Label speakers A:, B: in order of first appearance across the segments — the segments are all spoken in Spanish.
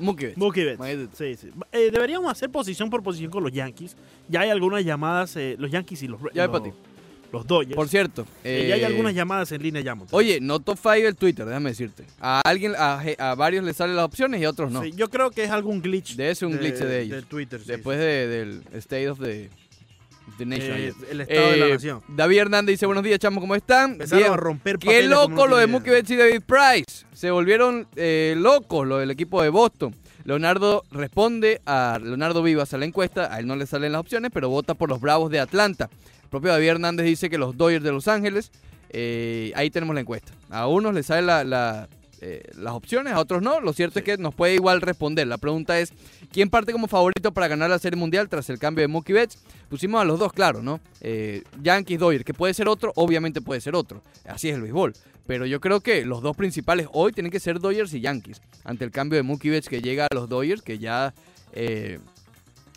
A: Mookie Betts.
B: Mookie Betts.
A: Imagínate.
B: Sí, sí. Eh, deberíamos hacer posición por posición con los Yankees. Ya hay algunas llamadas, eh, los Yankees y los,
A: Ya hay
B: los,
A: pa' ti.
B: los Dodgers.
A: Por cierto.
B: Eh, ya hay
A: eh,
B: algunas llamadas en línea ya, Montes.
A: Oye, no top 5 el Twitter, déjame decirte. A alguien, a, ge- a varios les salen las opciones y a otros no.
B: Sí, yo creo que es algún glitch.
A: Debe ser un glitch de ellos.
B: Del Twitter, sí,
A: Después de- del State of the, the
B: sí.
A: Nation.
B: Eh,
A: ayer.
B: el estado de la
A: Eh,
B: nación.
A: David Hernández dice, buenos días, chamo, ¿cómo están?
B: Empezaron
A: Bien.
B: a romper
A: Qué
B: papeles como
A: loco
B: no
A: lo de
B: tiene
A: Mookie
B: idea.
A: Betts y David Price. Se volvieron eh, locos lo del equipo de Boston. Leonardo responde a Leonardo Vivas a la encuesta. A él no le salen las opciones, pero vota por los Bravos de Atlanta. El propio David Hernández dice que los Dodgers de Los Ángeles. Eh, ahí tenemos la encuesta. A unos les salen la- la- eh, las opciones, a otros no. Lo cierto es que nos puede igual responder. La pregunta es, ¿quién parte como favorito para ganar la Serie Mundial tras el cambio de Mookie Betts? Pusimos a los dos, claro, ¿no? Eh, Yankees, Dodgers, que puede ser otro, obviamente puede ser otro. Así es el béisbol. Pero yo creo que los dos principales hoy tienen que ser Dodgers y Yankees. Ante el cambio de Mookie Betts que llega a los Dodgers, que ya, eh,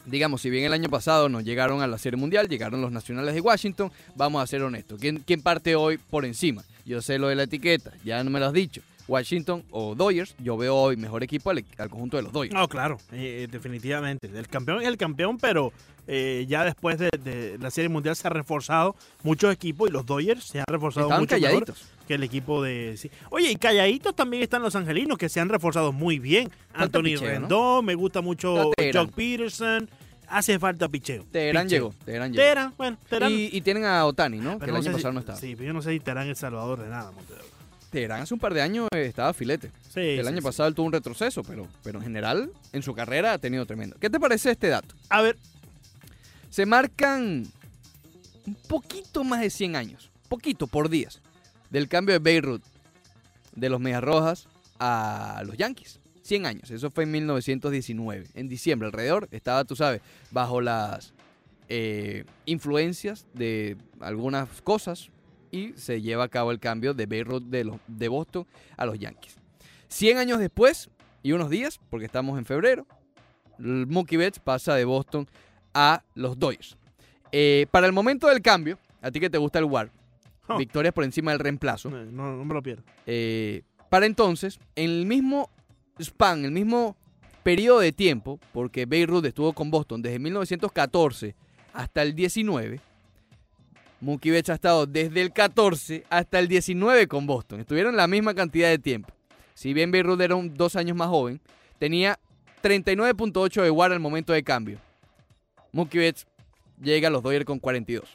A: digamos, si bien el año pasado no llegaron a la Serie Mundial, llegaron los Nacionales de Washington, vamos a ser honestos. ¿Quién, quién parte hoy por encima? Yo sé lo de la etiqueta, ya no me lo has dicho. Washington o Dodgers, yo veo hoy mejor equipo al, al conjunto de los Dodgers.
B: No, claro, eh, eh, definitivamente. El campeón es el campeón, pero eh, ya después de, de la Serie Mundial se ha reforzado muchos equipos y los Dodgers se han reforzado
A: Estaban
B: mucho mejor
A: calladitos.
B: que el equipo de... sí. Oye, y calladitos también están los angelinos que se han reforzado muy bien.
A: Falta
B: Anthony
A: picheo, ¿no?
B: Rendón, me gusta mucho
A: Está Teherán.
B: Jock Peterson. Hace falta picheo.
A: Teherán
B: Picheo.
A: llegó, Teherán llegó.
B: Terán, bueno, Terán.
A: Y, y tienen a Otani, ¿no?
B: pero
A: que el
B: no
A: año
B: sé si-
A: pasado no estaba.
B: Sí, pero yo no sé si Terán es salvador de nada, Monte de Oca.
A: Teherán hace un par de años eh, estaba filete.
B: Sí,
A: El
B: sí,
A: año
B: sí.
A: pasado él tuvo un retroceso, pero, pero en general en su carrera ha tenido tremendo. ¿Qué te parece este dato?
B: A ver,
A: Se marcan un poquito más de 100 años, poquito por días, del cambio de Beirut de los Medias Rojas a los Yankees. 100 años, eso fue en 1919, en diciembre alrededor, estaba, tú sabes, bajo las eh, influencias de algunas cosas y se lleva a cabo el cambio de Beirut de, los, de Boston a los Yankees. 100 años después y unos días, porque estamos en febrero, el Mookie Betts pasa de Boston a los Dodgers. Eh, para el momento del cambio, a ti que te gusta el WAR,
B: Oh.
A: victorias por encima del reemplazo.
B: no, no me lo pierdo.
A: Eh, para entonces, en el mismo span, el mismo periodo de tiempo, porque Beirut estuvo con Boston desde 1914 hasta el 19, Mookie Betts ha estado desde el 14 hasta el 19 con Boston. Estuvieron la misma cantidad de tiempo. Si bien Beirut era un- dos años más joven, tenía 39.8 de WAR al momento de cambio. Mookie Betts llega a los Dodgers con 42.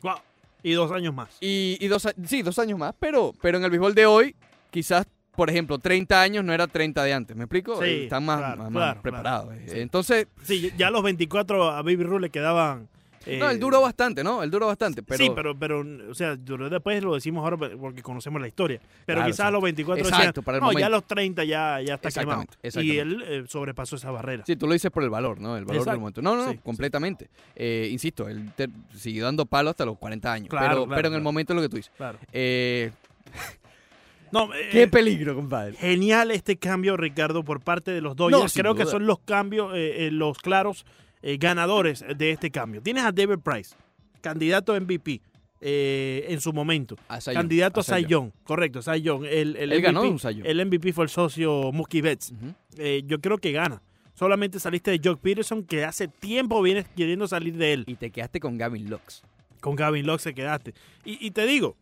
B: Guau, Y dos años más.
A: Y, y dos, a- sí, dos años más, pero, pero en el béisbol de hoy, quizás, por ejemplo, 30 años no era 30 de antes, ¿me explico?
B: Sí,
A: Eh, Están más,
B: claro,
A: más- más
B: claro,
A: preparados. eh. Entonces,
B: Sí, ya a los 24 a Baby Ruth le quedaban. eh,
A: no, él duró bastante, ¿no? Él duró bastante, pero...
B: sí, pero, pero, o sea, duró después lo decimos ahora porque conocemos la historia. Pero
A: Claro,
B: quizás a
A: exacto.
B: los 24 decían,
A: Exacto, para el
B: no, ya a
A: momento".
B: los 30 ya, ya está quemado.
A: Exactamente, exactamente.
B: Y él eh, sobrepasó esa barrera.
A: Sí, tú lo dices por el valor, ¿no? El valor del
B: Exacto.
A: momento. No, no, no,
B: Sí,
A: completamente. Eh, insisto, él te- siguió dando palo hasta los 40 años.
B: Claro,
A: pero,
B: claro,
A: pero en el
B: claro.
A: momento es lo que tú dices.
B: Claro.
A: Eh,
B: No,
A: ¡Qué
B: eh,
A: peligro, compadre!
B: genial este cambio, Ricardo, por parte de los Dodgers.
A: No, sin
B: Creo que
A: duda.
B: son los cambios, eh, eh, los claros eh, ganadores de este cambio. Tienes a David Price, candidato a MVP eh, en su momento.
A: A Cy Young,
B: candidato a
A: Cy
B: Cy
A: Young.
B: Young, correcto, Cy Young. El, el
A: Él ganó
B: MVP,
A: un Cy Young.
B: El MVP fue el socio Mookie Betts.
A: Ujú.
B: Eh, yo creo que gana. Solamente saliste de Jock Peterson, que hace tiempo vienes queriendo salir de él.
A: Y te quedaste con Gavin Lux.
B: Con Gavin Locke se quedaste. Y, y te digo,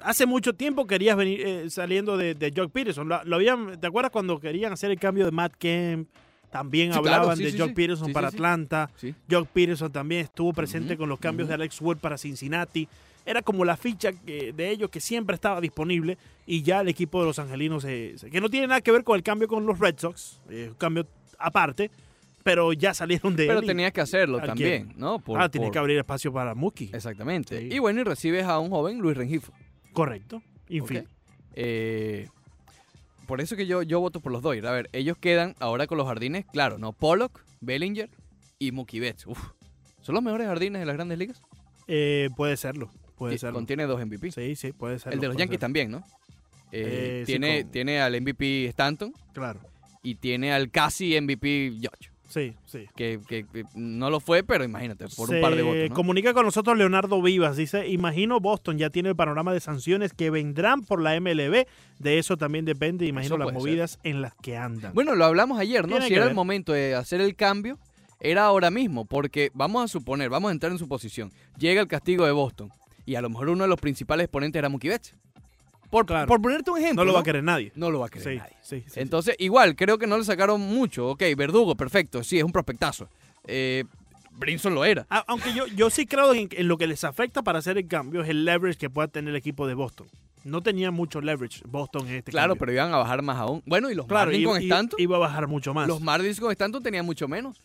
B: hace mucho tiempo querías venir eh, saliendo de, de Jock Peterson. Lo, lo habían, ¿Te acuerdas cuando querían hacer el cambio de Matt Kemp? También
A: Sí, claro,
B: hablaban
A: sí,
B: de
A: sí,
B: Jock
A: sí.
B: Peterson
A: Sí,
B: para
A: sí, sí.
B: Atlanta.
A: Sí.
B: Jock Peterson también estuvo presente
A: Ujú,
B: con los cambios de
A: ujú.
B: Alex Wood para Cincinnati. Era como la ficha que- de ellos que siempre estaba disponible y ya el equipo de los angelinos, eh, que no tiene nada que ver con el cambio con los Red Sox, eh, un cambio aparte, pero ya salieron de
A: Pero
B: él y-
A: tenías que hacerlo
B: ¿a
A: también, ¿no? Por-
B: ah, tiene
A: por-
B: que abrir espacio para Mookie.
A: Exactamente.
B: Sí.
A: Y bueno, y recibes a un joven Luis Rengifo.
B: Correcto. Infin.
A: Ok. Eh, por eso que yo, yo voto por los Dodgers. A ver, ellos quedan ahora con los jardines, claro, ¿no? Pollock, Bellinger y Mookie Betts. Uf. ¿Son los mejores jardines de las grandes ligas?
B: Eh, puede serlo. Puede
A: Ti-
B: serlo.
A: Contiene dos MVP.
B: Sí, sí, puede serlo.
A: El de los
B: puede
A: Yankees
B: serlo.
A: también, ¿no? Eh,
B: Eh, sí,
A: tiene,
B: con-
A: tiene al MVP Stanton
B: Claro.
A: y tiene al casi MVP George.
B: Sí, sí.
A: Que, que- que no lo fue, pero imagínate, por
B: Se
A: un par de votos. ¿no?
B: Comunica con nosotros Leonardo Vivas. Dice: Imagino Boston ya tiene el panorama de sanciones que vendrán por la MLB. De eso también depende, imagino, las
A: puede
B: movidas en las que andan.
A: Bueno, lo hablamos ayer, ¿no?
B: Tiene
A: Si
B: que
A: era el
B: ver.
A: momento de hacer el cambio, era ahora mismo, porque vamos a suponer, vamos a entrar en su posición. Llega el castigo de Boston y a lo mejor uno de los principales exponentes era Mookie Betts. Por,
B: Claro.
A: por ponerte un ejemplo.
B: no lo va a querer nadie.
A: No lo va a querer
B: Sí,
A: nadie.
B: sí, sí,
A: Entonces, igual, creo que no le sacaron mucho. Ok, Verdugo, perfecto, sí, es un prospectazo. Eh, Brinson lo era.
B: A- Aunque yo, yo sí creo en, en lo que les afecta para hacer el cambio es el leverage que pueda tener el equipo de Boston. No tenía mucho leverage Boston en este
A: claro,
B: cambio.
A: pero iban a bajar más aún. Bueno, y los
B: claro,
A: Marlins
B: i-
A: con
B: i-
A: Stanton.
B: iba a bajar mucho más.
A: Los Marlins con Stanton tenían mucho menos.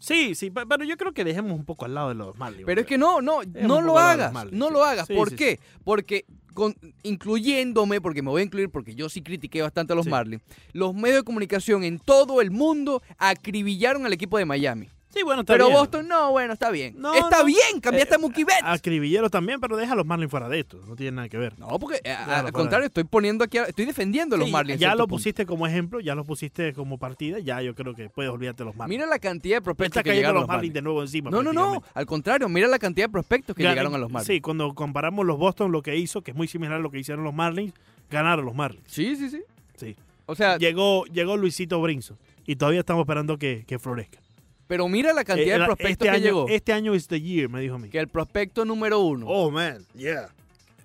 B: Sí, sí, pe- pero yo creo que dejemos un poco al lado de los Marlins.
A: Pero es
B: hombre.
A: que no, no, no
B: un
A: lo
B: poco la de los
A: hagas,
B: Marlins,
A: no
B: sí.
A: lo hagas.
B: Sí,
A: ¿Por
B: sí,
A: qué? Porque con, incluyéndome, porque me voy a incluir, porque yo sí critiqué bastante a los
B: Sí.
A: Marlins, los medios de comunicación en todo el mundo acribillaron al equipo de Miami.
B: Sí, bueno, está
A: Pero
B: bien.
A: Boston, no, bueno, está bien.
B: No,
A: está
B: no.
A: bien, cambiaste
B: Eh,
A: a Mookie Betts.
B: A Cribillero también, pero deja a los Marlins fuera de esto. No tiene nada que ver.
A: no, porque eh,
B: Claro,
A: al
B: claro.
A: contrario, estoy poniendo aquí, a- estoy defendiendo a los
B: Sí,
A: Marlins. en
B: Ya
A: cierto
B: lo
A: punto.
B: pusiste como ejemplo, ya lo pusiste como partida. Ya yo creo que puedes olvidarte de los Marlins.
A: Mira la cantidad de
B: Me
A: prospectos
B: está
A: que
B: cayendo
A: llegaron a
B: los Marlins de nuevo encima.
A: No, no, no,
B: prácticamente.
A: al contrario, mira la cantidad de prospectos que
B: Ganan-
A: llegaron a los Marlins.
B: Sí, cuando comparamos los Boston, lo que hizo, que es muy similar a lo que hicieron los Marlins, ganaron los Marlins.
A: sí, sí. sí.
B: Sí.
A: O sea,
B: Llegó, llegó Luisito Brinson y todavía estamos esperando que, que florezca.
A: pero mira la cantidad
B: Eh,
A: de
B: la-
A: prospectos
B: este
A: que
B: año,
A: llegó.
B: Este año is the year, me dijo a mí.
A: Que el prospecto número uno.
B: Oh man, yeah.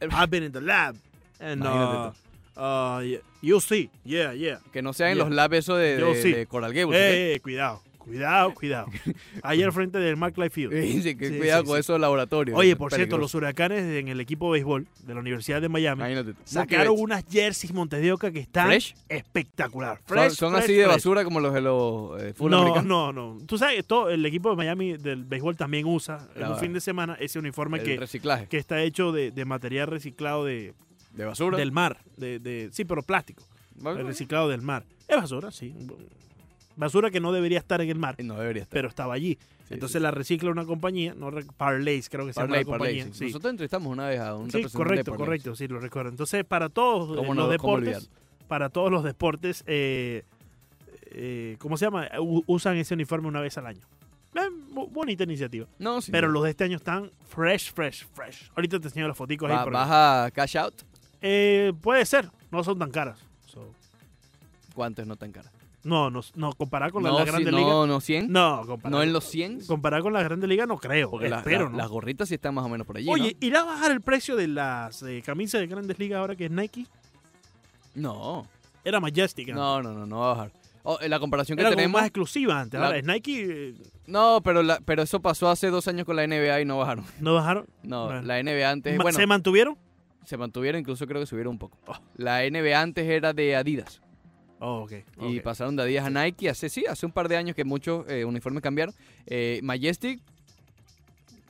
B: I've been in the lab. And uh,
A: Imagínate
B: uh, yeah, you see, yeah, yeah.
A: Que no sean en
B: Yeah.
A: los labs eso de,
B: Yo
A: de-
B: sí.
A: de Coral Gables. ¿ok?
B: Eh, eh, cuidado, cuidado, cuidado. Ahí al frente del Mark Life Field.
A: Dice que
B: Sí,
A: cuidado
B: sí,
A: con
B: sí.
A: esos laboratorios.
B: Oye, por cierto, los
A: Peligroso.
B: huracanes en el equipo de béisbol de la Universidad de Miami
A: Imagínate. tú.
B: sacaron
A: Mookie Betts.
B: unas jerseys Montedioca que están
A: ¿Fresh?
B: espectacular.
A: Son-
B: Fresh,
A: son
B: fresh,
A: así de
B: fresh.
A: basura como los de los eh, full
B: No,
A: americanos.
B: no, no. Tú sabes, todo, el equipo de Miami del béisbol también usa en
A: Claro.
B: un fin de semana ese uniforme
A: El
B: que,
A: reciclaje.
B: que está hecho de, de material reciclado de,
A: De basura.
B: del mar. De, de- sí, pero plástico.
A: Bueno,
B: El reciclado del mar. Es basura, sí. Basura que no debería estar en el mar,
A: No debería estar.
B: pero estaba allí.
A: Sí,
B: Entonces
A: sí, sí.
B: la recicla una compañía, no re- Parlays creo que se
A: Parlay,
B: llama la
A: parlay,
B: compañía.
A: sí.
B: sí.
A: Nosotros entrevistamos una vez a un
B: Sí,
A: representante de
B: correcto,
A: parlay.
B: correcto, sí, lo recuerdo. Entonces, para todos eh,
A: ¿Cómo no-
B: los
A: cómo
B: deportes, para todos los deportes, eh, eh, ¿cómo se llama? U- usan ese uniforme una vez al año. Eh, bu- bonita iniciativa.
A: No, sí.
B: Pero los de este año están fresh, fresh, fresh. Ahorita te enseño las foticos ahí.
A: Va-
B: por ahí.
A: vas a cash out.
B: Eh, puede ser, no son tan caras. So,
A: ¿Cuánto es no tan cara?
B: no, no, no, comparar con la,
A: no,
B: la
A: sí,
B: Grande
A: no,
B: Liga.
A: no 100. No,
B: No, comparar,
A: en los 100.
B: comparar con la Grande Liga no creo,
A: Porque la-
B: espero,
A: la-
B: ¿no?
A: las gorritas sí están más o menos por allí.
B: Oye, ¿irá a bajar el precio de las eh, camisas de Grandes Ligas ahora que es Nike?
A: No.
B: Era Majestic. antes.
A: No, no, no, no, no va a bajar. Oh, eh, la comparación que
B: Era como
A: tenemos.
B: más exclusiva antes.
A: La-
B: Ahora, es Nike eh,
A: No, pero, la- pero eso pasó hace dos años con la NBA y no bajaron.
B: no bajaron.
A: No,
B: Bueno.
A: la NBA antes,
B: Ma-
A: bueno,
B: ¿Se
A: se,
B: mantuvieron?
A: mantuvieron, incluso creo que subieron un poco.
B: Oh.
A: La NBA antes era de Adidas
B: Oh, ok.
A: y
B: ok.
A: pasaron de Adidas a Nike hace, sí, hace un par de años que muchos eh, uniformes cambiaron. Eh, Majestic,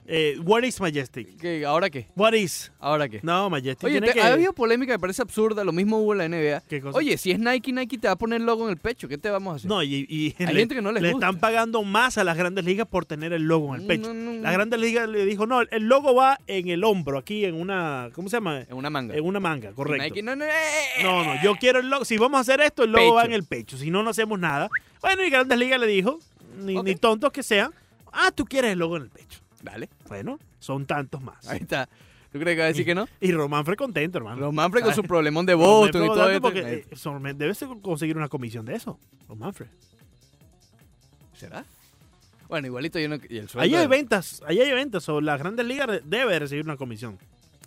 B: Eh, what is Majestic?
A: ¿qué, ¿ahora qué?
B: What is?
A: ¿Ahora qué?
B: No, Majestic
A: Oye,
B: tiene
A: te-
B: que...
A: ha habido polémica, me parece absurda, lo mismo hubo en la NBA.
B: ¿Qué cosa?
A: Oye, si es Nike, Nike te va a poner el logo en el pecho, ¿qué te vamos a hacer?
B: No, y, y-
A: Hay
B: le,
A: gente que no les
B: le
A: gusta.
B: están pagando más a las grandes ligas por tener el logo en el pecho.
A: Mm, No, no, no.
B: La grandes ligas le dijo, no, el logo va en el hombro, aquí en una... ¿Cómo se llama?
A: En una manga.
B: En una manga,
A: Y
B: correcto.
A: Nike, no, no, eh, eh, eh.
B: No, no, yo quiero el logo. Si vamos a hacer esto, el logo va
A: Pecho.
B: en el pecho. Si no, no hacemos nada. Bueno, y Grandes Ligas le dijo, ni,
A: Ok.
B: ni tontos que sean, ah, tú quieres el logo en el pecho.
A: Dale,
B: Bueno, son tantos más.
A: ahí está. ¿Tú crees que va a decir que no?
B: Y Román fue contento, hermano.
A: Los Manfred con su
B: Ay,
A: problemón de
B: Román
A: Boston
B: fue
A: y todo
B: contento
A: esto.
B: porque,
A: Eh,
B: eh, Román, debes de conseguir una comisión de eso, Román Fre.
A: ¿Será? Bueno, igualito yo no... y el
B: Ahí
A: sueldo
B: hay
A: de-
B: ventas, ahí hay ventas. O las grandes ligas re- debe recibir una comisión.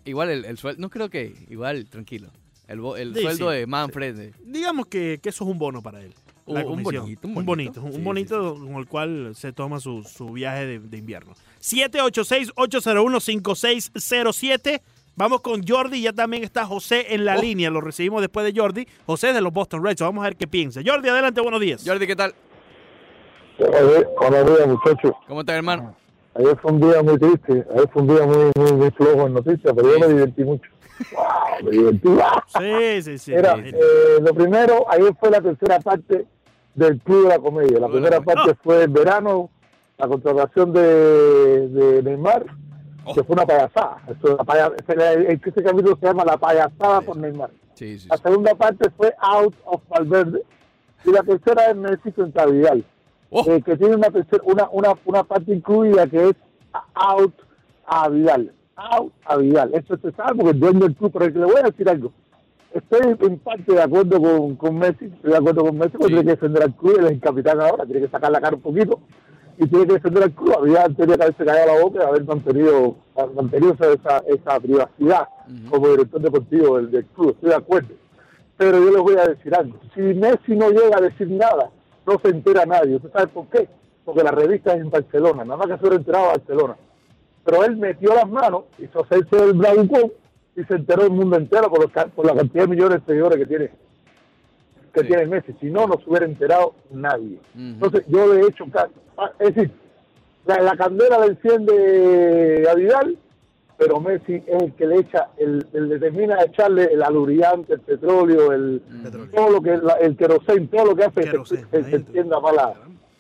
A: Igual el, el sueldo, no creo que, igual, tranquilo. El, bo- el
B: Sí,
A: sueldo
B: sí,
A: de Manfred. eh,
B: Digamos que, que eso es un bono para él. la
A: Un- un
B: comisión.
A: bonito, un
B: un
A: bonito.
B: bonito,
A: Sí,
B: un
A: sí,
B: bonito con el cual se toma su, su viaje de, de invierno. 786-801-5607. Vamos con Jordi, ya también está José en la
A: Oh.
B: línea, lo recibimos después de Jordi. José es de los Boston Red Sox, vamos a ver qué piensa. Jordi, adelante, buenos días.
A: Jordi, ¿qué tal?
C: Buenos días, buenos días, muchachos.
A: ¿Cómo estás, hermano?
C: Ayer fue un día muy triste, ayer fue un día muy, muy, muy flojo en noticias, pero yo me divertí mucho. ¡Wow! Me divertí. ¡Wow!
B: Sí, sí, sí.
C: Era,
B: sí.
C: eh, lo primero, ayer fue la tercera parte del Club de la Comedia.
B: Ah,
C: La primera parte fue el verano, la contratación de, de Neymar, que fue una payasada. Eso, la paya- ese, ese capítulo se llama La payasada por Neymar.
A: Sí, sí,
C: La segunda parte fue Out of Valverde. Y la tercera es Messi contra Vidal.
A: Oh.
C: eh, que tiene una, tercera- una, una, una parte incluida que es out a Vidal. Out a Vidal. Esto se sabe porque el dueño del club, pero que le voy a decir algo. Estoy en parte de acuerdo con, con Messi, estoy de acuerdo con Messi,
A: Sí.
C: porque tiene que defender al club, él es el capitán ahora, tiene que sacar la cara un poquito y tiene que defender al club. A Vidal tenía que haberse callado la boca y haber mantenido, mantenido esa, esa, esa privacidad como director deportivo del, del club, estoy de acuerdo pero yo les voy a decir algo. Si Messi no llega a decir nada, no se entera nadie. ¿Usted sabe por qué? Porque la revista es en Barcelona, nada más que se hubiera enterado Barcelona. Pero él metió las manos, hizo hacerse el bravucón y se enteró el mundo entero por, los ca- por la cantidad de millones de seguidores que tiene que
A: Sí.
C: tiene Messi. Si no, no se hubiera enterado nadie.
A: Ujú.
C: Entonces, yo de hecho, ca- ah, es decir, la, la candela la enciende a Vidal, pero Messi es el que le echa, el, el le termina de echarle el aluriante, el petróleo, el,
B: Petróleo.
C: todo lo que, la- el querosén, todo lo que hace es que
B: Querosén,
C: se-
B: ahí
C: se
B: entra.
C: encienda más la,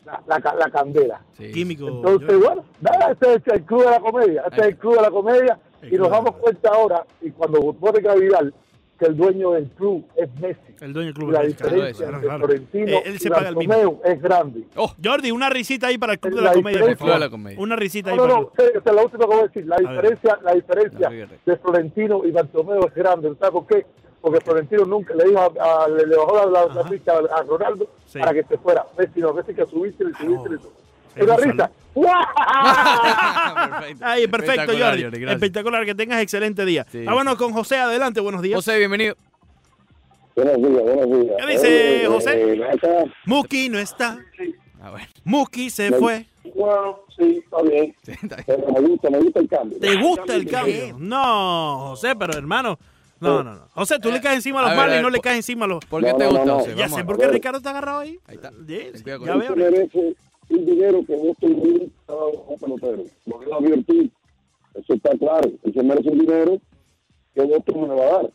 C: la, la ca- la candela.
A: Sí.
B: Químico.
C: eh, Entonces,
B: yo-
C: bueno, nada, este es el club de la comedia, este es el club de la comedia,
B: El club
C: y nos
B: de la
C: damos
B: comedia.
C: cuenta ahora, y cuando pone que a Vidal, que el dueño del club es Messi.
B: El dueño del club.
C: La
B: es Messi, claro,
C: diferencia
B: claro,
C: entre
B: claro.
C: Florentino
B: Eh, él se
C: y
B: paga el mismo.
C: Bartomeu es grande.
A: Oh,
B: Jordi, una risita ahí para el Club de
C: La
B: la Comedia, por
C: diferencia-
B: favor.
A: Club de la Comedia.
B: Una risita ahí
C: No, no,
B: para
C: no, esa es la última que voy a decir. La
B: ver.
C: diferencia, la diferencia
A: La River.
C: de Florentino y Bartomeu es grande. ¿Sabes por qué? Porque Florentino nunca le dijo a, a- le, le bajó la- la, la
B: Ajá.
C: pista a, a Ronaldo
B: Sí.
C: para que se fuera. Messi no, Messi que subiste y subiste y
B: Claro. Sí,
C: subiste. Una
B: Gonzalo.
C: risa. ¡Guau!
A: perfecto.
B: Ay, perfecto,
A: Espectacular,
B: Jordi.
A: Jordi, gracias.
B: Espectacular, que tengas excelente día.
A: Sí.
B: Vámonos con José, adelante, buenos días.
A: José, bienvenido.
D: Buenos días, buenos días.
B: ¿Qué dice José?
D: eh, acá,
B: Muki no está,
A: Ah, bueno.
B: Muki se
D: me-
B: fue.
D: Bueno, sí, está bien.
A: Sí, está bien.
D: Pero me gusta, me gusta el cambio.
B: ¿Te gusta el cambio? No, José, pero hermano. No, no, no. José, tú le caes encima a
A: Oh. Eh, a ver,
B: los Marlins,
A: a ver,
B: no le
A: po-
B: caes encima a los.
A: ¿Por qué
D: No,
A: te
D: no,
A: gusta,
D: no, no.
A: José?
B: Ya
A: Vamos
B: sé
A: a
B: por
A: ver.
B: qué Ricardo está agarrado ahí.
A: Ahí está.
B: Sí,
A: Ten
B: sí,
A: cuidado con
B: ya
A: eso.
D: Él
B: veo.
D: se merece un dinero que no estoy muy un pelotero. Lo que va a divertir, eso está claro. Él se merece un dinero que otro no le va a dar.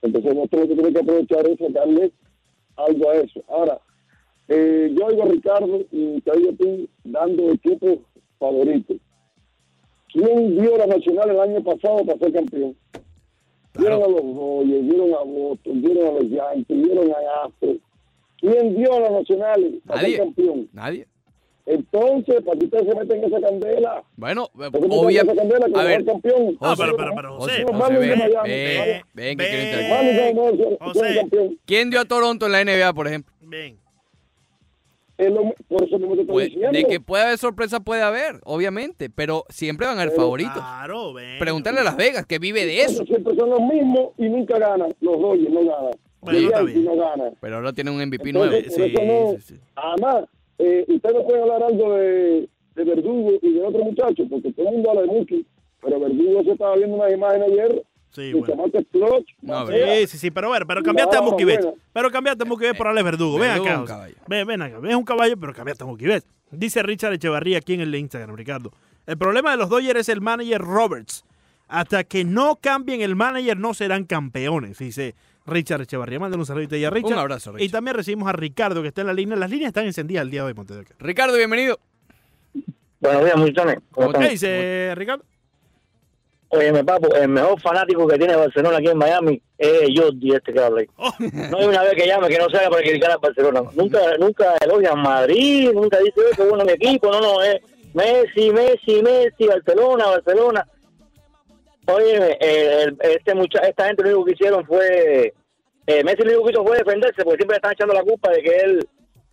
D: Entonces nosotros lo que tiene que aprovechar es sacarle algo a eso. Ahora, eh, yo oigo a Ricardo y te oigo a ti dando equipos favoritos. ¿Quién dio la Nacional el año pasado para ser campeón? Dieron a los Boyes, dieron a Boston, dieron a los Yankees, dieron a Astros. ¿Quién dio a la Nacional para
A: Nadie.
D: ser campeón?
A: Nadie.
D: Entonces, para que ustedes se meten en esa candela.
A: Bueno,
D: ¿Por qué ustedes
A: obviamente.
D: meten en esa candela que
A: A
D: va
A: ver,
D: el campeón?
A: José,
B: No, Ah, pero, pero, pero, eh, José.
A: José,
D: Los
A: José,
D: Marlins de
A: ven,
D: Miami.
A: ven, ven, que quiero
D: Los
A: interactuar.
D: Marlins de Miami son- son
B: José.
D: campeón.
A: ¿Quién dio a Toronto en la NBA, por ejemplo?
B: Ven.
D: Es lo- Por eso mismo te estoy
A: Pues,
D: diciendo.
A: de que puede haber sorpresa, puede haber, obviamente, pero siempre van a haber favoritos.
B: Claro, ven.
A: Pregúntale a Las Vegas, que vive de eso.
D: Siempre son los mismos y nunca ganan. Los Dodgers no ganan.
B: Bueno,
D: los
B: está
D: Yankees
B: bien.
D: no ganan.
A: Pero ahora tiene un MVP nuevo.
D: Entonces,
B: nuevo.
D: por eso no-
B: Sí, sí, sí.
D: Además, eh, usted no puede hablar algo de, de Verdugo y de otro muchacho, porque todo el mundo habla de Muki, pero Verdugo se estaba viendo unas imágenes ayer.
B: Sí,
D: y
B: bueno.
D: chamaco es clutch,
A: No,
D: batea,
A: Vea.
B: Sí, sí, sí, pero bueno, pero cambiaste a
D: No,
B: Mookie Betts.
D: bueno.
B: Pero cambiaste a Mookie Betts por Alex Verdugo. Ven
A: Verdugo
B: acá.
A: un
B: José.
A: caballo.
B: Ven, ven acá. Es un caballo, pero cambiaste a Mookie Betts. Dice Richard Echevarría aquí en el Instagram, Ricardo. El problema de los Dodgers es el manager Roberts. Hasta que no cambien el manager, no serán campeones, dice Richard Echevarría. Mándale un saludito ahí a Richard.
A: Un abrazo,
B: Y
A: Richard.
B: también recibimos a Ricardo, que está en la línea. Las líneas están encendidas el día de hoy, Montevideo.
A: Ricardo, bienvenido.
E: Buenos días, muchachones. ¿Cómo
A: ¿Cómo
E: están?
B: ¿Qué dice Ricardo?
E: Óyeme, papo, el mejor fanático que tiene Barcelona aquí en Miami es Jordi, este que habla ahí.
B: Oh,
E: No hay una vez que llame que no se haga para criticar a Barcelona. Nunca, nunca elogia a Madrid, nunca dice "Oh, qué bueno mi equipo. No, no, es Messi, Messi, Messi, Barcelona, Barcelona. Óyeme, el- el- este mucha, esta gente lo único que hicieron fue... eh, Messi lo único que hizo fue defenderse, porque siempre le están echando la culpa de que él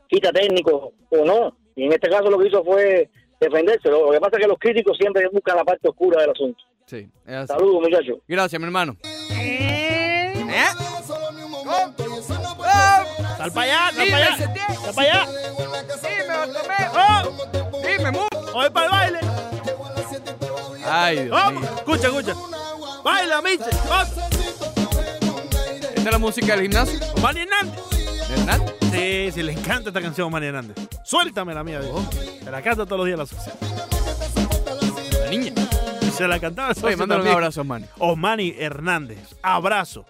E: quita técnico o no. Y en este caso lo que hizo fue defenderse. Lo, lo que pasa es que los críticos siempre buscan la parte oscura del asunto.
A: Sí, es así.
E: Saludos, muchachos.
A: Gracias, mi hermano.
B: ¡Sal
D: Ah,
B: para allá! ¡Sal para allá! ¡Sal para allá! ¡Oh! ¡Hoy para el baile!
A: Ay, Dios
B: ¡Vamos!
A: mío.
B: Escucha, escucha. ¡Baila, Miche! ¡Vamos!
A: ¿Esta es la música del gimnasio?
B: ¡Manny Hernández!
A: ¿Verdad?
B: Sí, sí, le encanta esta canción a Manny Hernández. Suéltame la mía, dijo. Se la canta todos los días a la sucia.
A: La niña.
B: Se la cantaba a la
A: Oye,
B: sucia
A: mándale un
B: también.
A: abrazo, hermano.
B: Osmani Hernández. Abrazo.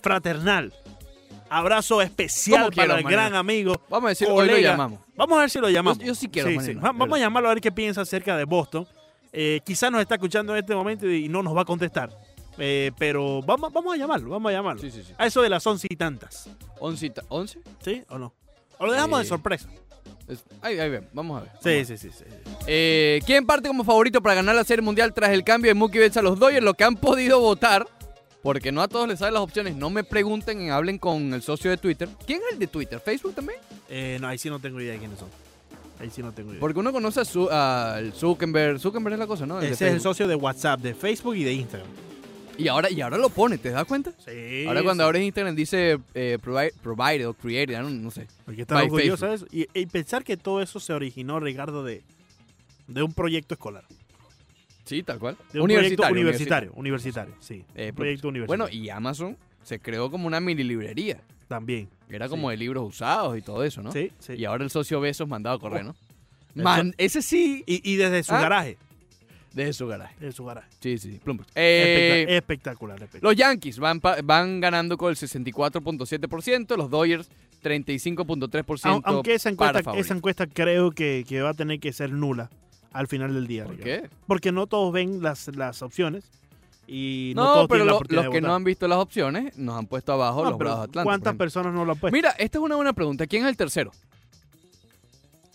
B: Fraternal. Abrazo
A: ¿Cómo
B: especial
A: quiero,
B: para el
A: Osmani?
B: gran amigo.
A: Vamos a decir, hoy lo
B: colega.
A: llamamos.
B: Vamos a ver si lo llamamos.
A: Yo- yo sí quiero, Osmani,
B: Va- Vamos a
A: ¿verdad?
B: llamarlo a ver qué piensa acerca de Boston. Eh, quizás nos está escuchando en este momento y no nos va a contestar. Eh, pero vamos, vamos a llamarlo, vamos a llamarlo.
A: Sí, sí, sí.
B: A eso de las once y tantas.
A: Oncita, ¿Once?
B: ¿Sí o no? O lo dejamos
A: Eh,
B: de sorpresa.
A: Es- ahí, ahí ven, vamos a ver.
B: Sí, sí, sí. sí.
A: Eh, ¿Quién parte como favorito para ganar la Serie Mundial tras el cambio de Mookie Betts a los Dodgers? Lo que han podido votar, porque no a todos les salen las opciones, no me pregunten, hablen con el socio de Twitter. ¿Quién es el de Twitter? ¿Facebook también?
B: Eh, no, ahí sí no tengo idea de quiénes son. Ahí sí no tengo idea.
A: Porque uno conoce a Zu- al Zuckerberg. Zuckerberg es la cosa, ¿no? El de
B: Ese es el
A: Facebook.
B: socio de WhatsApp, de Facebook y de Instagram.
A: y, ahora, y ahora lo pone, ¿te das cuenta?
B: Sí.
A: ahora cuando
B: sí.
A: abres Instagram dice eh, provi- provided o created, no, no sé.
B: Hay que estar
A: By
B: orgulloso de eso. Y, y pensar que todo eso se originó, Ricardo, de, de un proyecto escolar.
A: Sí, tal cual.
B: De un proyecto universitario. Universitario, sí.
A: Eh,
B: Un proyecto universitario.
A: Bueno, y Amazon se creó como una mini librería.
B: También.
A: que Era como de libros usados y todo eso, ¿no?
B: Sí, sí. Oh.
A: Y ahora el socio Besos mandado a correr, ¿no?
B: Eso-
A: Man, ese sí,
B: Y, y desde su
A: Ah.
B: garaje.
A: desde su garaje.
B: Desde su garaje.
A: Sí, sí, sí. Plumbus.
B: Espectac-
A: Eh,
B: espectacular, espectacular.
A: los Yankees van, pa- van ganando con el 64.7%, los Dodgers 35.3%.
B: Au- Aunque esa
A: para
B: encuesta,
A: favoritos.
B: esa encuesta creo que, que va a tener que ser nula al final del día.
A: ¿Por
B: Ricardo.
A: qué?
B: Porque no todos ven las, las opciones y no,
A: No,
B: todos
A: pero
B: tienen la
A: lo-
B: oportunidad
A: los
B: de
A: que no
B: votar.
A: han visto las opciones nos han puesto abajo
B: No,
A: los
B: pero
A: Bravos de Atlanta. por
B: ¿Cuántas
A: ejemplo.
B: personas no lo han puesto?
A: Mira, esta es una buena pregunta. ¿Quién es el tercero?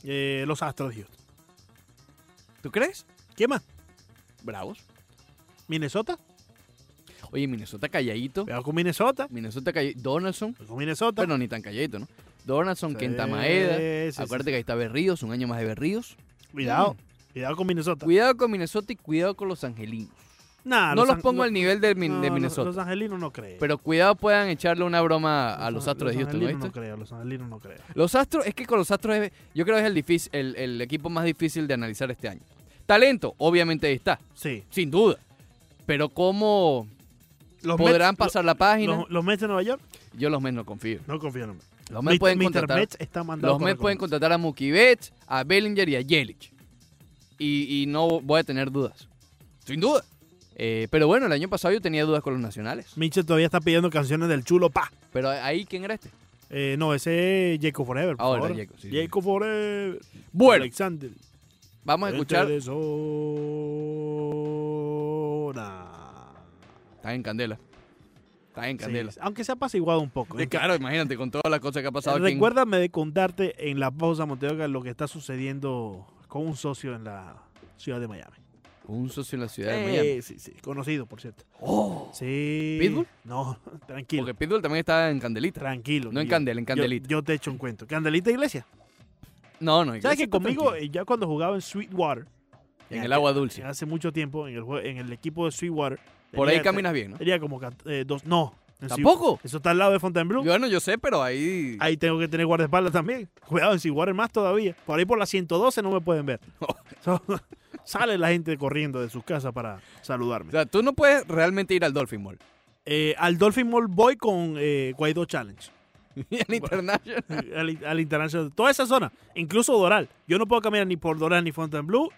B: Eh, los Astros, Dios.
A: ¿Tú crees?
B: ¿Qué más?
A: Bravos.
B: ¿Minnesota?
A: Oye, Minnesota calladito.
B: Cuidado con Minnesota.
A: Minnesota calladito. Donaldson.
B: Cuidado con Minnesota.
A: Bueno, ni tan calladito, ¿no? Donaldson,
B: Sí,
A: Quentamaeda.
B: sí, sí,
A: Acuérdate
B: sí.
A: que ahí está Berríos, un año más de Berríos.
B: Cuidado. Cuidado con Minnesota.
A: Cuidado con Minnesota y cuidado con los angelinos.
B: Nah,
A: no los
B: an-
A: pongo al nivel de, Min-
B: no,
A: de
B: no,
A: Minnesota.
B: Los angelinos no creen.
A: pero cuidado puedan echarle una broma a los
B: an-
A: Astros de Houston, ¿lo
B: angelinos no
A: viste?
B: creo, los angelinos no creo.
A: Los Astros, es que con los Astros es- yo creo que es el, difícil, el, el equipo más difícil de analizar este año. Talento, obviamente ahí está,
B: Sí.
A: sin duda. Pero cómo
B: Los
A: podrán
B: Mets-
A: pasar la
B: lo-
A: página,
B: Los, los Mets de Nueva York,
A: yo los Mets no confío.
B: no confío en los Mets.
A: Los Mets
B: Mr.
A: pueden
B: Mr.
A: contratar,
B: Mets está mandado
A: los
B: con
A: Mets
B: la
A: pueden
B: corriente.
A: contratar a Mookie Betts, a Bellinger y a Yelich. Y, y no voy a tener dudas, sin duda. Eh, pero bueno, el año pasado yo tenía dudas con los nacionales.
B: Mitchell todavía está pidiendo canciones del chulo pa.
A: Pero ahí, ¿quién era este?
B: Eh, no, ese es Jacob Forever. por
A: Ah, verdad,
B: favor.
A: Jacob, sí, sí.
B: Jacob Forever.
A: Bueno,
B: Alexander.
A: vamos a
B: Gente
A: escuchar.
B: este de zona.
A: Están en candela. Están en candela.
B: Sí, aunque se ha apaciguado un poco. Eh,
A: Eh, Claro, imagínate, con todas las cosas que ha pasado aquí. en-
B: Recuérdame de contarte en la pausa, Monteoca, lo que está sucediendo con un socio en la ciudad de Miami.
A: Un socio en la ciudad de
B: Eh,
A: Miami.
B: Sí, sí, conocido, por cierto.
A: ¡Oh!
B: Sí.
A: ¿Pitbull?
B: No, tranquilo.
A: Porque Pitbull también está en candelita.
B: Tranquilo.
A: No en
B: yo-
A: candela, en candelita.
B: Yo, yo te echo un cuento. Candelita Iglesia.
A: No, no.
B: ¿Sabes que
A: está
B: conmigo,
A: tranquilo.
B: eh, ya cuando jugaba en Sweetwater,
A: En el agua
B: Sí,
A: dulce.
B: hace mucho tiempo en el, jue- en el equipo de Sweetwater.
A: Por ahí
B: tenía-
A: caminas bien, ¿no?
B: Tenía como cant- eh, dos. No. en Sweet-
A: ¿Tampoco?
B: Eso está al lado de Fontainebleau.
A: Bueno, yo sé, pero ahí...
B: Ahí tengo que tener guardaespaldas también. Cuidado en Sweetwater más todavía. Por ahí por la 112 no me pueden ver.
A: Oh.
B: So- sale la gente corriendo de sus casas para
A: O
B: saludarme.
A: sea, tú no puedes realmente ir al Dolphin Mall.
B: Eh, al Dolphin Mall voy con eh, Guaidó Challenge.
A: Ni al International.
B: al, al International. Toda esa zona. Incluso Doral. Yo no puedo caminar ni por Doral ni Fontainebleau.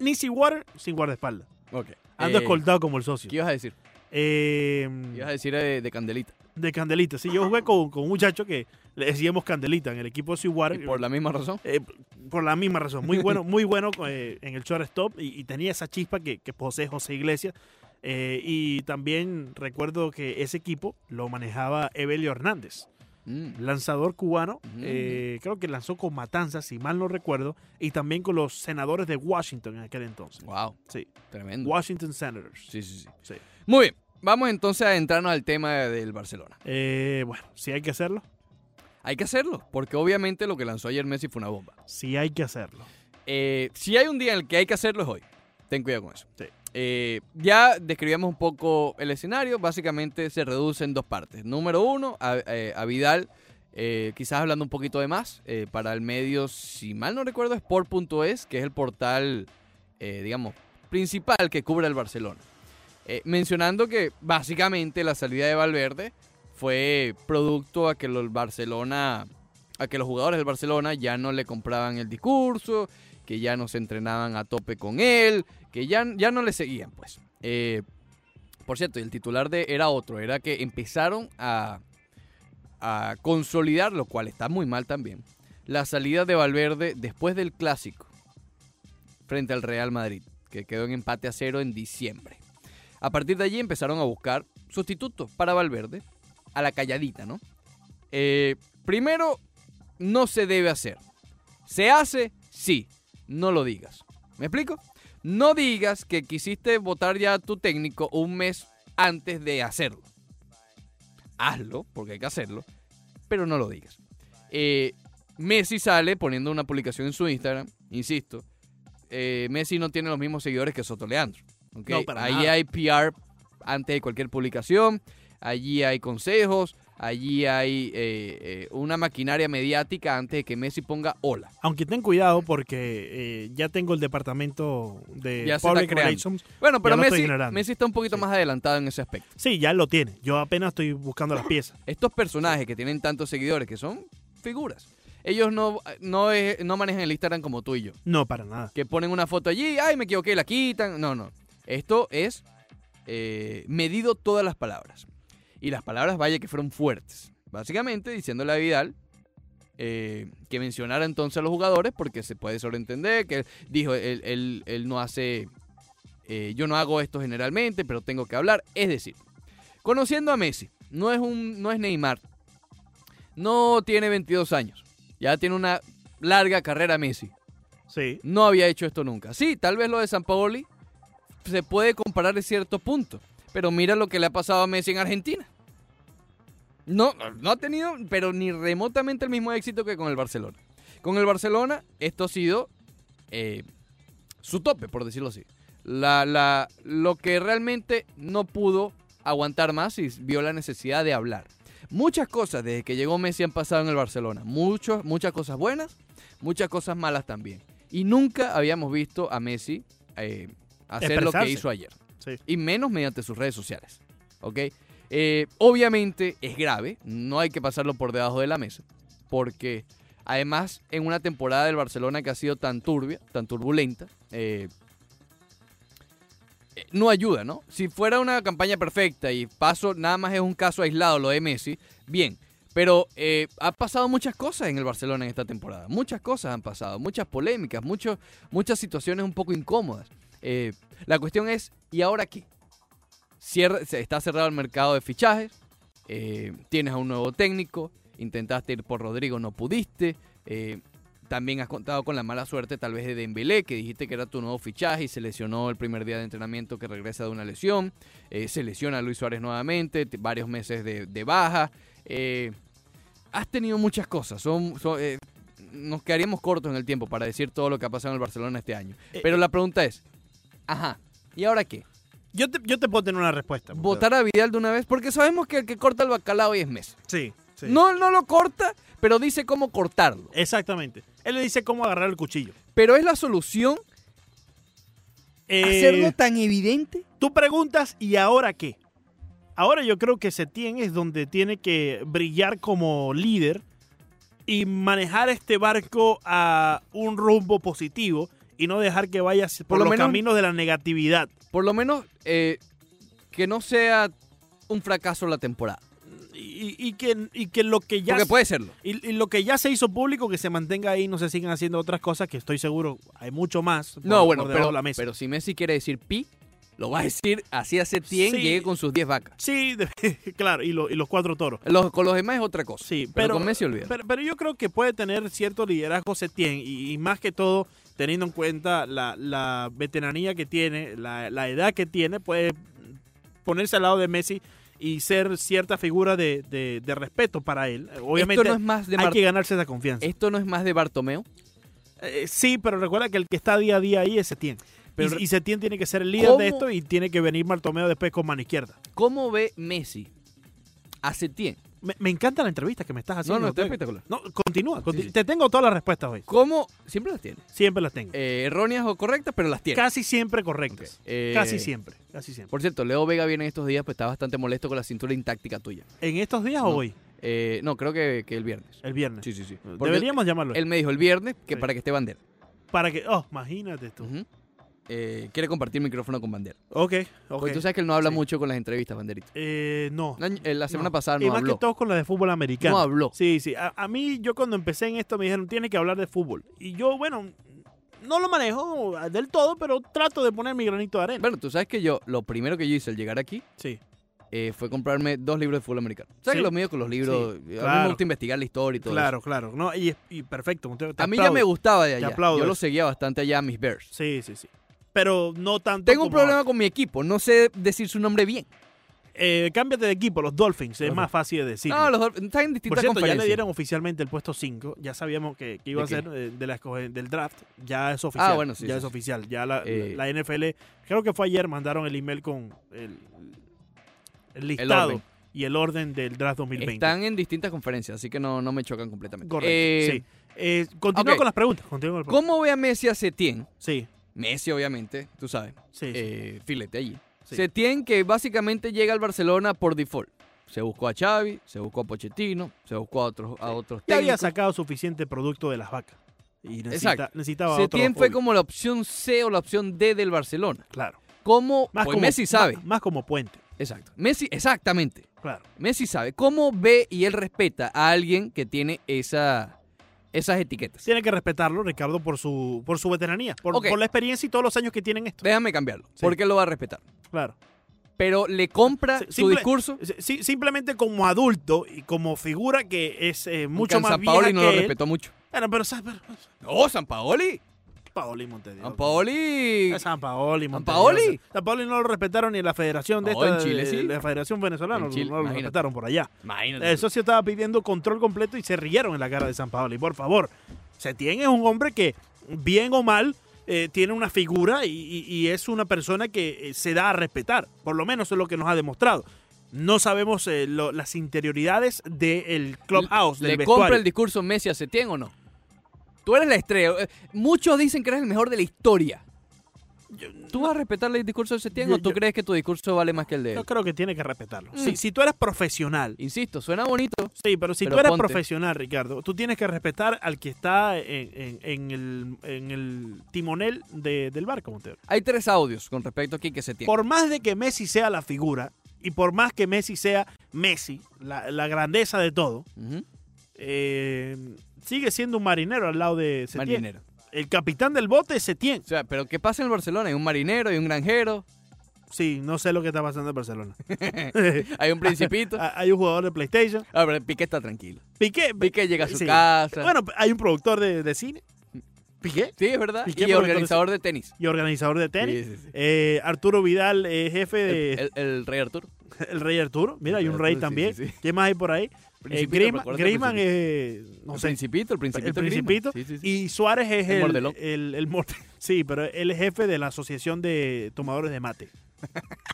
B: Ni Sweetwater sin guardaespaldas.
A: Ok.
B: Ando
A: Eh,
B: escoltado como el socio.
A: ¿Qué ibas a decir?
B: Eh,
A: ¿Qué ibas a decir eh, de, candelita?
B: De Candelita. Sí, yo jugué con, con un muchacho que le decíamos Candelita en el equipo de
A: Y
B: Sweetwater.
A: por la misma razón.
B: Eh, por la misma razón. Muy bueno, muy bueno eh, en el shortstop y, y tenía esa chispa que, que posee José Iglesias. Eh, y también recuerdo que ese equipo lo manejaba Evelio Hernández,
A: Mm.
B: lanzador cubano.
A: Mm.
B: eh, creo que lanzó con Matanzas, si mal no recuerdo, y también con los senadores de Washington en aquel entonces.
A: Wow.
B: Sí.
A: Tremendo.
B: Washington Senators.
A: Sí, sí, sí.
B: Sí.
A: Muy bien. Vamos entonces a entrarnos al tema del Barcelona.
B: Eh, bueno, si hay que hacerlo,
A: Hay que hacerlo, porque obviamente lo que lanzó ayer Messi fue una bomba.
B: si hay que hacerlo.
A: Eh, si hay un día en el que hay que hacerlo es hoy. Ten cuidado con eso.
B: Sí.
A: Eh, ya describíamos un poco el escenario. Básicamente se reduce en dos partes. Número uno, a, eh, a Vidal, eh, quizás hablando un poquito de más, eh, para el medio, si mal no recuerdo, Sport.es, que es el portal, eh, digamos, principal que cubre el Barcelona. Eh, mencionando que básicamente la salida de Valverde fue producto a que los Barcelona, a que los jugadores del Barcelona ya no le compraban el discurso, que ya no se entrenaban a tope con él, que ya, ya no le seguían, pues. Eh, por cierto, y el titular de era otro, era que empezaron a, a consolidar, lo cual está muy mal también, la salida de Valverde después del clásico frente al Real Madrid, que quedó en empate a cero en diciembre. A partir de allí empezaron a buscar sustitutos para Valverde, a la calladita, ¿no? Eh, primero, no se debe hacer. ¿Se hace? Sí. No lo digas. ¿Me explico? No digas que quisiste votar ya a tu técnico un mes antes de hacerlo. Hazlo, porque hay que hacerlo, pero no lo digas. Eh, Messi sale poniendo una publicación en su Instagram, insisto. eh, Messi no tiene los mismos seguidores que Soto Leandro. ¿ok?
B: No, para
A: Ahí
B: nada.
A: hay PR antes de cualquier publicación, allí hay consejos, allí hay eh, eh, una maquinaria mediática antes de que Messi ponga hola.
B: Aunque ten cuidado porque eh, ya tengo el departamento de
A: Ya se está
B: Public
A: creando.
B: Relations.
A: Bueno, pero
B: lo estoy
A: Messi,
B: ignorando.
A: Messi está un poquito más adelantado en ese aspecto.
B: Sí, ya lo tiene. Yo apenas estoy buscando las piezas.
A: Estos personajes que tienen tantos seguidores, que son figuras, ellos no, no, es- no manejan el Instagram como tú y yo.
B: No, para nada.
A: que ponen una foto allí, ay, me equivoqué, la quitan. No, no. Esto es eh, medido todas las palabras. Y las palabras, vaya, que fueron fuertes. Básicamente, diciéndole a Vidal eh, que mencionara entonces a los jugadores, porque se puede sobreentender, que dijo, él, él- él no hace, eh, yo no hago esto generalmente, pero tengo que hablar. Es decir, conociendo a Messi, no es, un, no es Neymar, no tiene 22 años, ya tiene una larga carrera Messi
B: Sí.
A: no había hecho esto nunca. Sí, tal vez lo de San Paoli se puede comparar en cierto punto, pero mira lo que le ha pasado a Messi en Argentina. No, no ha tenido, pero ni remotamente el mismo éxito que con el Barcelona. Con el Barcelona, esto ha sido eh, su tope, por decirlo así. La- la- lo que realmente no pudo aguantar más y vio la necesidad de hablar. Muchas cosas desde que llegó Messi han pasado en el Barcelona. Muchos, muchas cosas buenas, muchas cosas malas también. Y nunca habíamos visto a Messi eh, hacer lo que
B: Expresarse.
A: hizo ayer.
B: Sí.
A: Y menos mediante sus redes sociales. ¿Ok? Eh, obviamente es grave, no hay que pasarlo por debajo de la mesa. Porque además en una temporada del Barcelona que ha sido tan turbia, tan turbulenta, eh, eh, no ayuda, ¿no? Si fuera una campaña perfecta y paso, nada más es un caso aislado lo de Messi, bien. Pero eh, ha pasado muchas cosas en el Barcelona en esta temporada. Muchas cosas han pasado, muchas polémicas, muchos- muchas situaciones un poco incómodas. Eh, la cuestión es, ¿y ahora qué? Cierra- se- está cerrado el mercado de fichajes, eh, tienes a un nuevo técnico, intentaste ir por Rodrigo, no pudiste. eh, también has contado con la mala suerte tal vez de Dembélé, que dijiste que era tu nuevo fichaje y se lesionó el primer día de entrenamiento que regresa de una lesión. eh, se lesiona a Luis Suárez nuevamente, t- varios meses de, de baja. eh, has tenido muchas cosas. Son, son, eh, nos quedaríamos cortos en el tiempo para decir todo lo que ha pasado en el Barcelona este año.
B: Eh,
A: Pero la pregunta es, ajá, ¿y ahora qué?
B: Yo te, yo te puedo tener una respuesta. porque-
A: ¿Votar a Vidal de una vez? Porque sabemos que el que corta el bacalao hoy es Messi.
B: Sí, sí.
A: No, no lo corta, pero dice cómo cortarlo.
B: Exactamente. Él le dice cómo agarrar el cuchillo.
A: Pero es la solución
B: Eh,
A: hacerlo tan evidente.
B: Tú preguntas, ¿y ahora qué? Ahora yo creo que Setién es donde tiene que brillar como líder y manejar este barco a un rumbo positivo y no dejar que vaya por,
A: lo
B: los
A: menos-
B: caminos de la negatividad.
A: Por lo menos eh, que no sea un fracaso la temporada.
B: Y, y que, y que lo que ya
A: Porque puede serlo.
B: y, y lo que ya se hizo público que se mantenga ahí, no se sigan haciendo otras cosas que estoy seguro hay mucho más. por-
A: No, bueno,
B: por
A: pero,
B: debajo de la mesa.
A: pero si Messi quiere decir pi, lo va a decir así hace 100,
B: Sí.
A: llegue con sus 10 vacas.
B: sí, de- claro, y, lo- y los cuatro toros.
A: Los, con los demás es otra cosa.
B: Sí,
A: pero,
B: pero,
A: con Messi olvida.
B: Pero, pero yo creo que puede tener cierto liderazgo Setién y, y más que todo teniendo en cuenta la, la veteranía que tiene, la, la edad que tiene, puede ponerse al lado de Messi y ser cierta figura de, de- de respeto para él. Obviamente
A: Esto no es más de
B: hay
A: Bar-
B: que ganarse esa confianza.
A: esto no es más de Bartomeo.
B: Eh, sí, pero recuerda que el que está día a día ahí es Setién.
A: Pero-
B: y, y Setién tiene que ser el líder
A: ¿Cómo?
B: de esto y tiene que venir Martomeo después con mano izquierda.
A: ¿Cómo ve Messi hace 100?
B: Me, me encanta la entrevista que me estás haciendo.
A: no, está
B: Diego.
A: espectacular.
B: No, continúa. conti-
A: Sí, sí.
B: Te tengo todas las respuestas hoy.
A: ¿Cómo? Siempre las tiene.
B: Siempre las tengo.
A: Eh, erróneas o correctas, pero las tiene.
B: Casi siempre correctas.
A: Ok, eh,
B: Casi siempre. Casi siempre.
A: Por cierto, Leo Vega viene estos días, pues está bastante molesto con la cintura intáctica tuya.
B: ¿En estos días
A: No.
B: o hoy?
A: Eh, no, creo que, que el viernes.
B: El viernes.
A: Sí, sí, sí. Porque
B: Deberíamos llamarlo.
A: Él me dijo el viernes que
B: Sí.
A: para que esté bandera.
B: para que. Oh, imagínate tú.
A: Ujú. Eh, quiere compartir micrófono con bandera.
B: Ok, ok.
A: Porque tú sabes que él no habla
B: Sí.
A: mucho con las entrevistas, banderita.
B: Eh, no.
A: La, eh, la semana
B: No.
A: pasada
B: y
A: no
B: más
A: habló.
B: que todo con la de fútbol americano.
A: No habló.
B: Sí, sí. A, a mí, yo cuando empecé en esto, me dijeron, tienes que hablar de fútbol. Y yo, bueno, no lo manejo del todo, pero trato de poner mi granito de arena.
A: Bueno, tú sabes que yo, lo primero que yo hice al llegar aquí
B: Sí.
A: eh, fue comprarme dos libros de fútbol americano. ¿Sabes
B: Sí.
A: que lo mío con los libros? A
B: Sí,
A: mí me
B: claro.
A: gusta investigar la historia y todo
B: Claro, claro. No, y, y perfecto. te-
A: eso.
B: te
A: A mí ya
B: aplaudo.
A: me gustaba de allá.
B: aplaudo
A: Yo lo
B: eso.
A: seguía bastante allá, mis Bears.
B: Sí, sí, sí. Pero no tanto.
A: Tengo un
B: como
A: problema con mi equipo. No sé decir su nombre bien.
B: Eh, cámbiate de equipo, los Dolphins, es
A: Los
B: más fácil de decir.
A: No, los Dolphins están en
B: Por
A: distintas
B: cierto, ya le
A: conferencias.
B: dieron oficialmente el puesto 5. Ya sabíamos que, que
A: ¿De
B: iba a
A: qué? Ah,
B: ser eh, de la escoge- del draft. Ya es oficial.
A: bueno, sí,
B: Ya
A: sí,
B: es
A: sí.
B: oficial. Ya la,
A: Eh,
B: la NFL, creo que fue ayer, mandaron el email con el, el listado
A: orden.
B: y el orden del draft 2020.
A: Están en distintas conferencias, así que no, no me chocan completamente.
B: Correcto.
A: Eh,
B: sí. Eh, continúa
A: ok.
B: con las preguntas. Continúa con las preguntas.
A: ¿Cómo ve a Messi a Setién?
B: Sí,
A: Messi, obviamente, tú sabes.
B: sí. sí.
A: eh, filete allí.
B: Sí.
A: Setién que básicamente llega al Barcelona por default. Se buscó a Xavi, se buscó a Pochettino, se buscó a otros, a otros
B: ya había
A: técnicos.
B: sacado suficiente producto de las vacas. Y necesita-
A: Exacto.
B: necesitaba otro
A: Setién fue
B: hobby.
A: como la opción C o la opción D del Barcelona.
B: Claro.
A: ¿Cómo?
B: Más
A: pues
B: como,
A: Messi sabe.
B: Más, más como puente.
A: Exacto. Messi, exactamente.
B: Claro.
A: Messi sabe. ¿Cómo ve y él respeta a alguien que tiene esa, esas etiquetas?
B: Tiene que respetarlo, Ricardo, por su, por su veteranía, por,
A: Ok.
B: por la experiencia y todos los años que tienen esto.
A: Déjame cambiarlo,
B: Sí.
A: porque él lo va a respetar.
B: Claro.
A: Pero le compra
B: Sí,
A: su
B: simple-
A: discurso.
B: Sí, sí, simplemente como adulto y como figura que es eh, mucho
A: Can
B: más
A: San
B: vieja
A: Paoli
B: que
A: no lo
B: él.
A: respetó mucho.
B: Bueno, pero, San- pero-
A: No, San Paoli.
B: Paoli Montevideo.
A: San Paoli.
B: Eh, San Paoli, Montevideo.
A: Paoli?
B: San Paoli no lo respetaron ni en la Federación de
A: No,
B: esta-
A: en Chile
B: de-
A: sí.
B: la Federación venezolana,
A: En Chile,
B: no lo
A: imagínate.
B: respetaron por allá.
A: Imagínate.
B: El socio estaba pidiendo control completo y se rieron en la cara de San Paoli. Por favor, Setién es un hombre que, bien o mal, eh, tiene una figura y, y- y es una persona que eh, se da a respetar. Por lo menos es lo que nos ha demostrado. No sabemos eh, lo- las interioridades del clubhouse,
A: ¿Le
B: del
A: compra el
B: vestuario.
A: discurso Messi a Setién o no? Tú eres la estrella. Eh, Muchos dicen que eres el mejor de la historia. ¿Tú vas a respetar el discurso de Setién
B: Yo-
A: o tú
B: yo-
A: crees que tu discurso vale más que el de él?
B: Yo creo que tiene que respetarlo.
A: Mm.
B: Si, si tú eres profesional,
A: Insisto, suena bonito.
B: sí, pero si
A: Pero
B: tú eres
A: ponte.
B: profesional, Ricardo, tú tienes que respetar al que está en, en- en el, en el timonel de- del barco, Montero.
A: Hay tres audios con respecto a Quique Setién.
B: Por más de que Messi sea la figura y por más que Messi sea Messi, la, la grandeza de todo,
A: Ujú.
B: eh, sigue siendo un marinero al lado de Setién.
A: Marinero.
B: El capitán del bote es Setién.
A: O sea, pero ¿qué pasa en el Barcelona? Hay un marinero, hay un granjero,
B: Sí, no sé lo que está pasando en Barcelona.
A: hay un principito.
B: Ah, hay un jugador de PlayStation.
A: A ver, Piqué está tranquilo.
B: Piqué.
A: Piqué llega a su
B: sí.
A: casa.
B: Bueno, hay un productor de, de cine. Piqué.
A: sí, es verdad.
B: Piqué
A: Y
B: por el
A: organizador de tenis.
B: Y organizador de
A: Sí,
B: tenis.
A: sí, sí.
B: Eh, Arturo Vidal, eh, jefe de
A: El, el- el rey Arturo.
B: El rey Arturo. Mira, hay un
A: Arturo,
B: rey
A: sí,
B: también.
A: sí, sí.
B: ¿Qué más hay por ahí? Eh,
A: Principito,
B: Griezmann,
A: recuerda el
B: Griezmann
A: Principito.
B: eh, no
A: el
B: sé,
A: principito, el principito.
B: el
A: Griezmann.
B: principito.
A: Sí, sí, sí.
B: Y Suárez es
A: El
B: el,
A: mordelón.
B: el- el morde- Sí, pero él es jefe de la Asociación de Tomadores de Mate.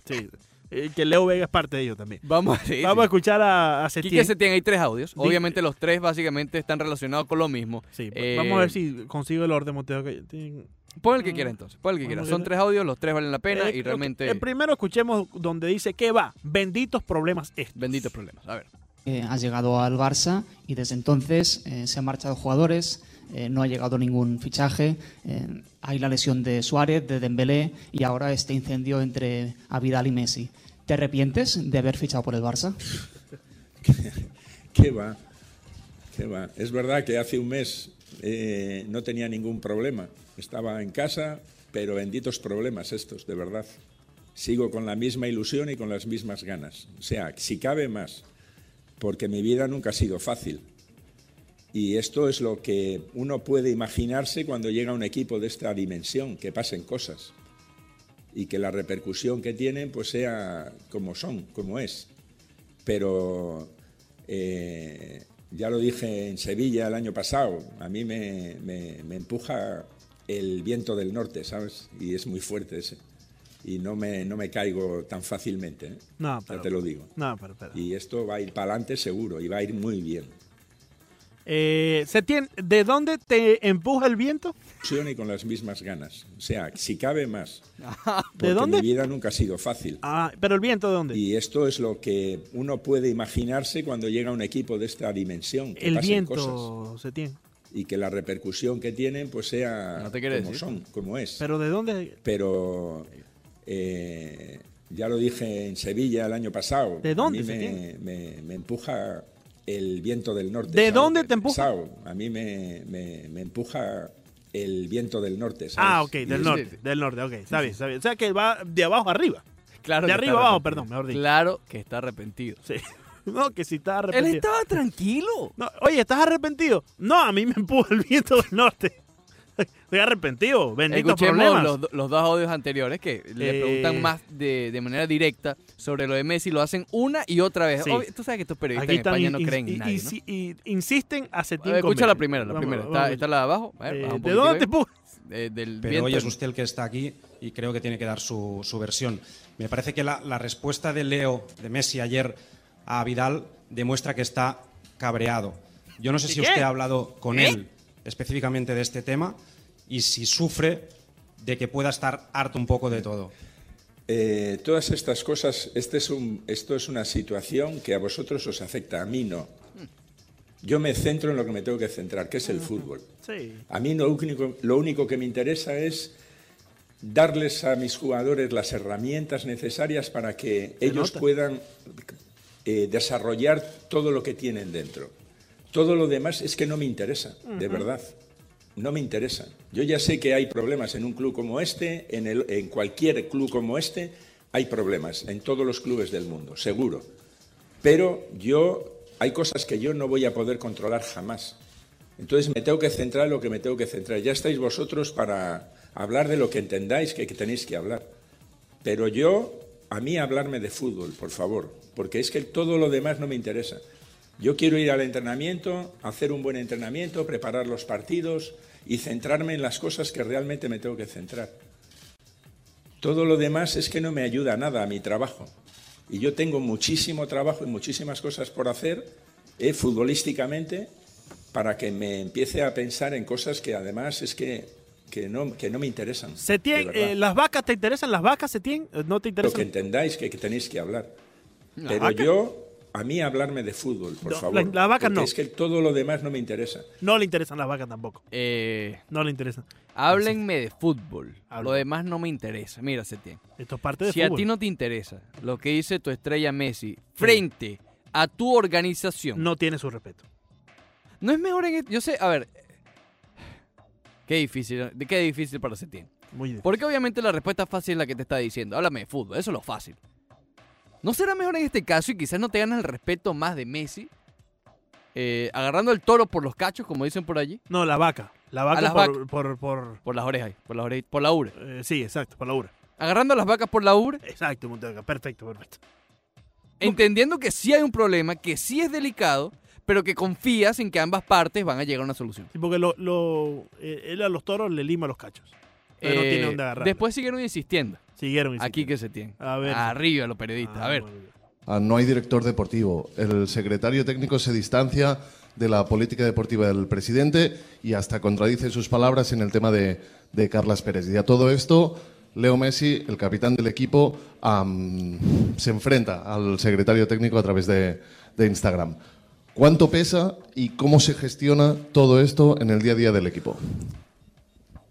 B: Sí. Eh, que Leo Vega es parte de ellos también.
A: Vamos a sí,
B: Vamos a
A: sí.
B: escuchar a, a
A: Quique
B: Setién.
A: Setién, hay tres audios.
B: Di-
A: Obviamente los tres básicamente están relacionados con lo mismo.
B: Sí,
A: Eh,
B: vamos a ver si consigo el orden, Monteo. que-
A: Pon el que quiera entonces, pon el que quiera. Son tres audios, los tres valen la pena
B: Eh,
A: y
B: ok,
A: realmente
B: El primero escuchemos donde dice que va. Benditos problemas estos.
A: benditos problemas. A ver.
F: Eh, ha llegado al Barça y desde entonces eh, se han marchado jugadores, eh, no ha llegado ningún fichaje, eh, hay la lesión de Suárez, de Dembélé y ahora este incendio entre Avidal y Messi. ¿Te arrepientes de haber fichado por el Barça?
G: ¿Qué va? ¿Qué va? Es verdad que hace un mes eh, no tenía ningún problema. Estaba en casa, pero benditos problemas estos, de verdad. Sigo con la misma ilusión y con las mismas ganas. O sea, si cabe más, porque mi vida nunca ha sido fácil. Y esto es lo que uno puede imaginarse cuando llega a un equipo de esta dimensión, que pasen cosas y que la repercusión que tienen pues sea como son, como es pero eh, ya lo dije en Sevilla el año pasado, a mí me, me- me empuja el viento del norte, ¿sabes? Y es muy fuerte ese. Y no me, no me caigo tan fácilmente, ¿eh?
B: No,
G: Ya
B: pero-
G: te lo digo.
B: No, pero, pero.
G: Y esto va a ir para adelante seguro, y va a ir muy bien.
B: Eh, Setién, ¿de dónde te empuja el viento?
G: Ilusión Y con las mismas ganas. O sea, si cabe más.
B: ¿De
G: Porque
B: dónde?
G: Mi vida nunca ha sido fácil.
B: Ah, pero el viento de dónde?
G: Y esto es lo que uno puede imaginarse cuando llega a un equipo de esta dimensión. Que
B: el
G: pasen cosas.
B: viento, Setién.
G: y que la repercusión que tienen pues sea
A: No te
G: como
A: quiere decir.
G: son, como es. Pero,
B: Pero de dónde
G: eh, ya lo dije en Sevilla el año pasado.
B: ¿De dónde
G: A mí
B: se
G: me,
B: tiene?
G: me- me empuja el viento del norte.
B: ¿De dónde te empuja?
G: Sao, a mí me, me- me empuja el viento del norte. ¿sabes?
B: Ah, ok,
G: Y
B: del
G: es-
B: norte, del norte, ok, está bien, está bien. O sea que va de abajo arriba.
A: Claro
B: De
A: que está
B: arriba abajo,
A: arrepentido.
B: perdón, mejor dicho.
A: Claro que está arrepentido.
B: Sí. No, que si estás
A: Él
B: arrepentido.
A: estaba tranquilo.
B: No, oye, ¿estás arrepentido? No, a mí me empuja el viento del norte. Estoy arrepentido. Benditos
A: Escuchemos
B: problemas.
A: los, do- los dos audios anteriores que le
B: Eh.
A: preguntan más de, de manera directa sobre lo de Messi. Lo hacen una y otra vez.
B: Sí.
A: Obvio, Tú sabes que estos periodistas
B: Aquí
A: en España
B: están
A: no
B: y-
A: creen en
B: y-
A: nadie.
B: y-
A: ¿no?
B: si- y- insisten hace
A: A
B: tiempo.
A: ver, escucha la primera, la primera. está, está la de abajo. A ver, baja un
B: Eh, ¿De
A: poquitico
B: dónde
A: ahí.
B: te empuja?
A: Eh, del
H: Pero
A: viento.
H: hoy es usted el que está aquí y creo que tiene que dar su, su versión. Me parece que la, la respuesta de Leo, de Messi ayer a Vidal, demuestra que está cabreado. Yo no sé si usted ha hablado con
A: ¿Eh?
H: él específicamente de este tema y si sufre de que pueda estar harto un poco de todo.
G: Eh, todas estas cosas, este es un- esto es una situación que a vosotros os afecta, a mí no. Yo me centro en lo que me tengo que centrar, que es el fútbol.
B: Sí.
G: A mí lo único, lo único que me interesa es darles a mis jugadores las herramientas necesarias para que ellos puedan eh, desarrollar todo lo que tienen dentro. Todo lo demás es que no me interesa, de verdad. No me interesa. Yo ya sé que hay problemas en un club como este, en, el- en cualquier club como este, hay problemas, en todos los clubes del mundo, seguro. Pero yo, hay cosas que yo no voy a poder controlar jamás. Entonces me tengo que centrar en lo que me tengo que centrar. Ya estáis vosotros para hablar de lo que entendáis que, que tenéis que hablar. Pero yo, a mí hablarme de fútbol, por favor, porque es que todo lo demás no me interesa. Yo quiero ir al entrenamiento, hacer un buen entrenamiento, preparar los partidos y centrarme en las cosas que realmente me tengo que centrar. Todo lo demás es que no me ayuda nada a mi trabajo. Y yo tengo muchísimo trabajo y muchísimas cosas por hacer eh, futbolísticamente para que me empiece a pensar en cosas que además es que, que, no, que no me interesan. de
B: Setién,
G: verdad.
B: eh, ¿las vacas te interesan? ¿Las vacas, Setién? Eh, ¿No te
G: lo que
B: interesan?
G: entendáis que, que tenéis que hablar. Pero
B: vaca.
G: yo, a mí hablarme de fútbol, por
B: No,
G: favor.
B: la- la vaca
G: porque
B: no.
G: Es que todo lo demás no me interesa.
B: No le interesan las vacas tampoco.
A: Eh,
B: No le interesan.
A: háblenme de fútbol.
B: Habla.
A: Lo demás no me interesa. Mira, Setién.
B: Esto es parte de
A: Si
B: fútbol.
A: a ti no te interesa lo que dice tu estrella Messi frente a tu organización, no,
B: No tiene su respeto.
A: es mejor en... e-? Yo sé, a ver... Qué difícil, de qué difícil para Setién.
B: Muy bien.
A: Porque obviamente la respuesta fácil es la que te está diciendo. Háblame de fútbol, eso es lo fácil. ¿No será mejor en este caso y quizás no te ganas el respeto más de Messi? eh, agarrando el toro por los cachos, como dicen por allí.
B: No, la vaca. La vaca
A: las
B: por, por, por-
A: Por las orejas, por las orejas, por la ubre.
B: eh, sí, exacto, por la ura.
A: Agarrando a las vacas por la ubre,
B: Exacto, Montevideo. Perfecto, perfecto.
A: entendiendo que sí hay un problema, que sí es delicado, pero que confías en que ambas partes van a llegar a una solución.
B: Sí, porque lo, lo- eh, él a los toros le lima los cachos. Pero no
A: Eh,
B: tiene dónde agarrar.
A: Después siguieron insistiendo.
B: Siguieron.
A: Aquí que se tiene.
B: A ver.
A: Arriba los periodistas.
B: Ah,
A: a ver.
B: muy bien.
I: Ah, No hay director deportivo. El secretario técnico se distancia de la política deportiva del presidente y hasta contradice sus palabras en el tema de, de Carlas Pérez. Y a todo esto, Leo Messi, el capitán del equipo, am, se enfrenta al secretario técnico a través de, de Instagram. ¿Cuánto pesa y cómo se gestiona todo esto en el día a día del equipo?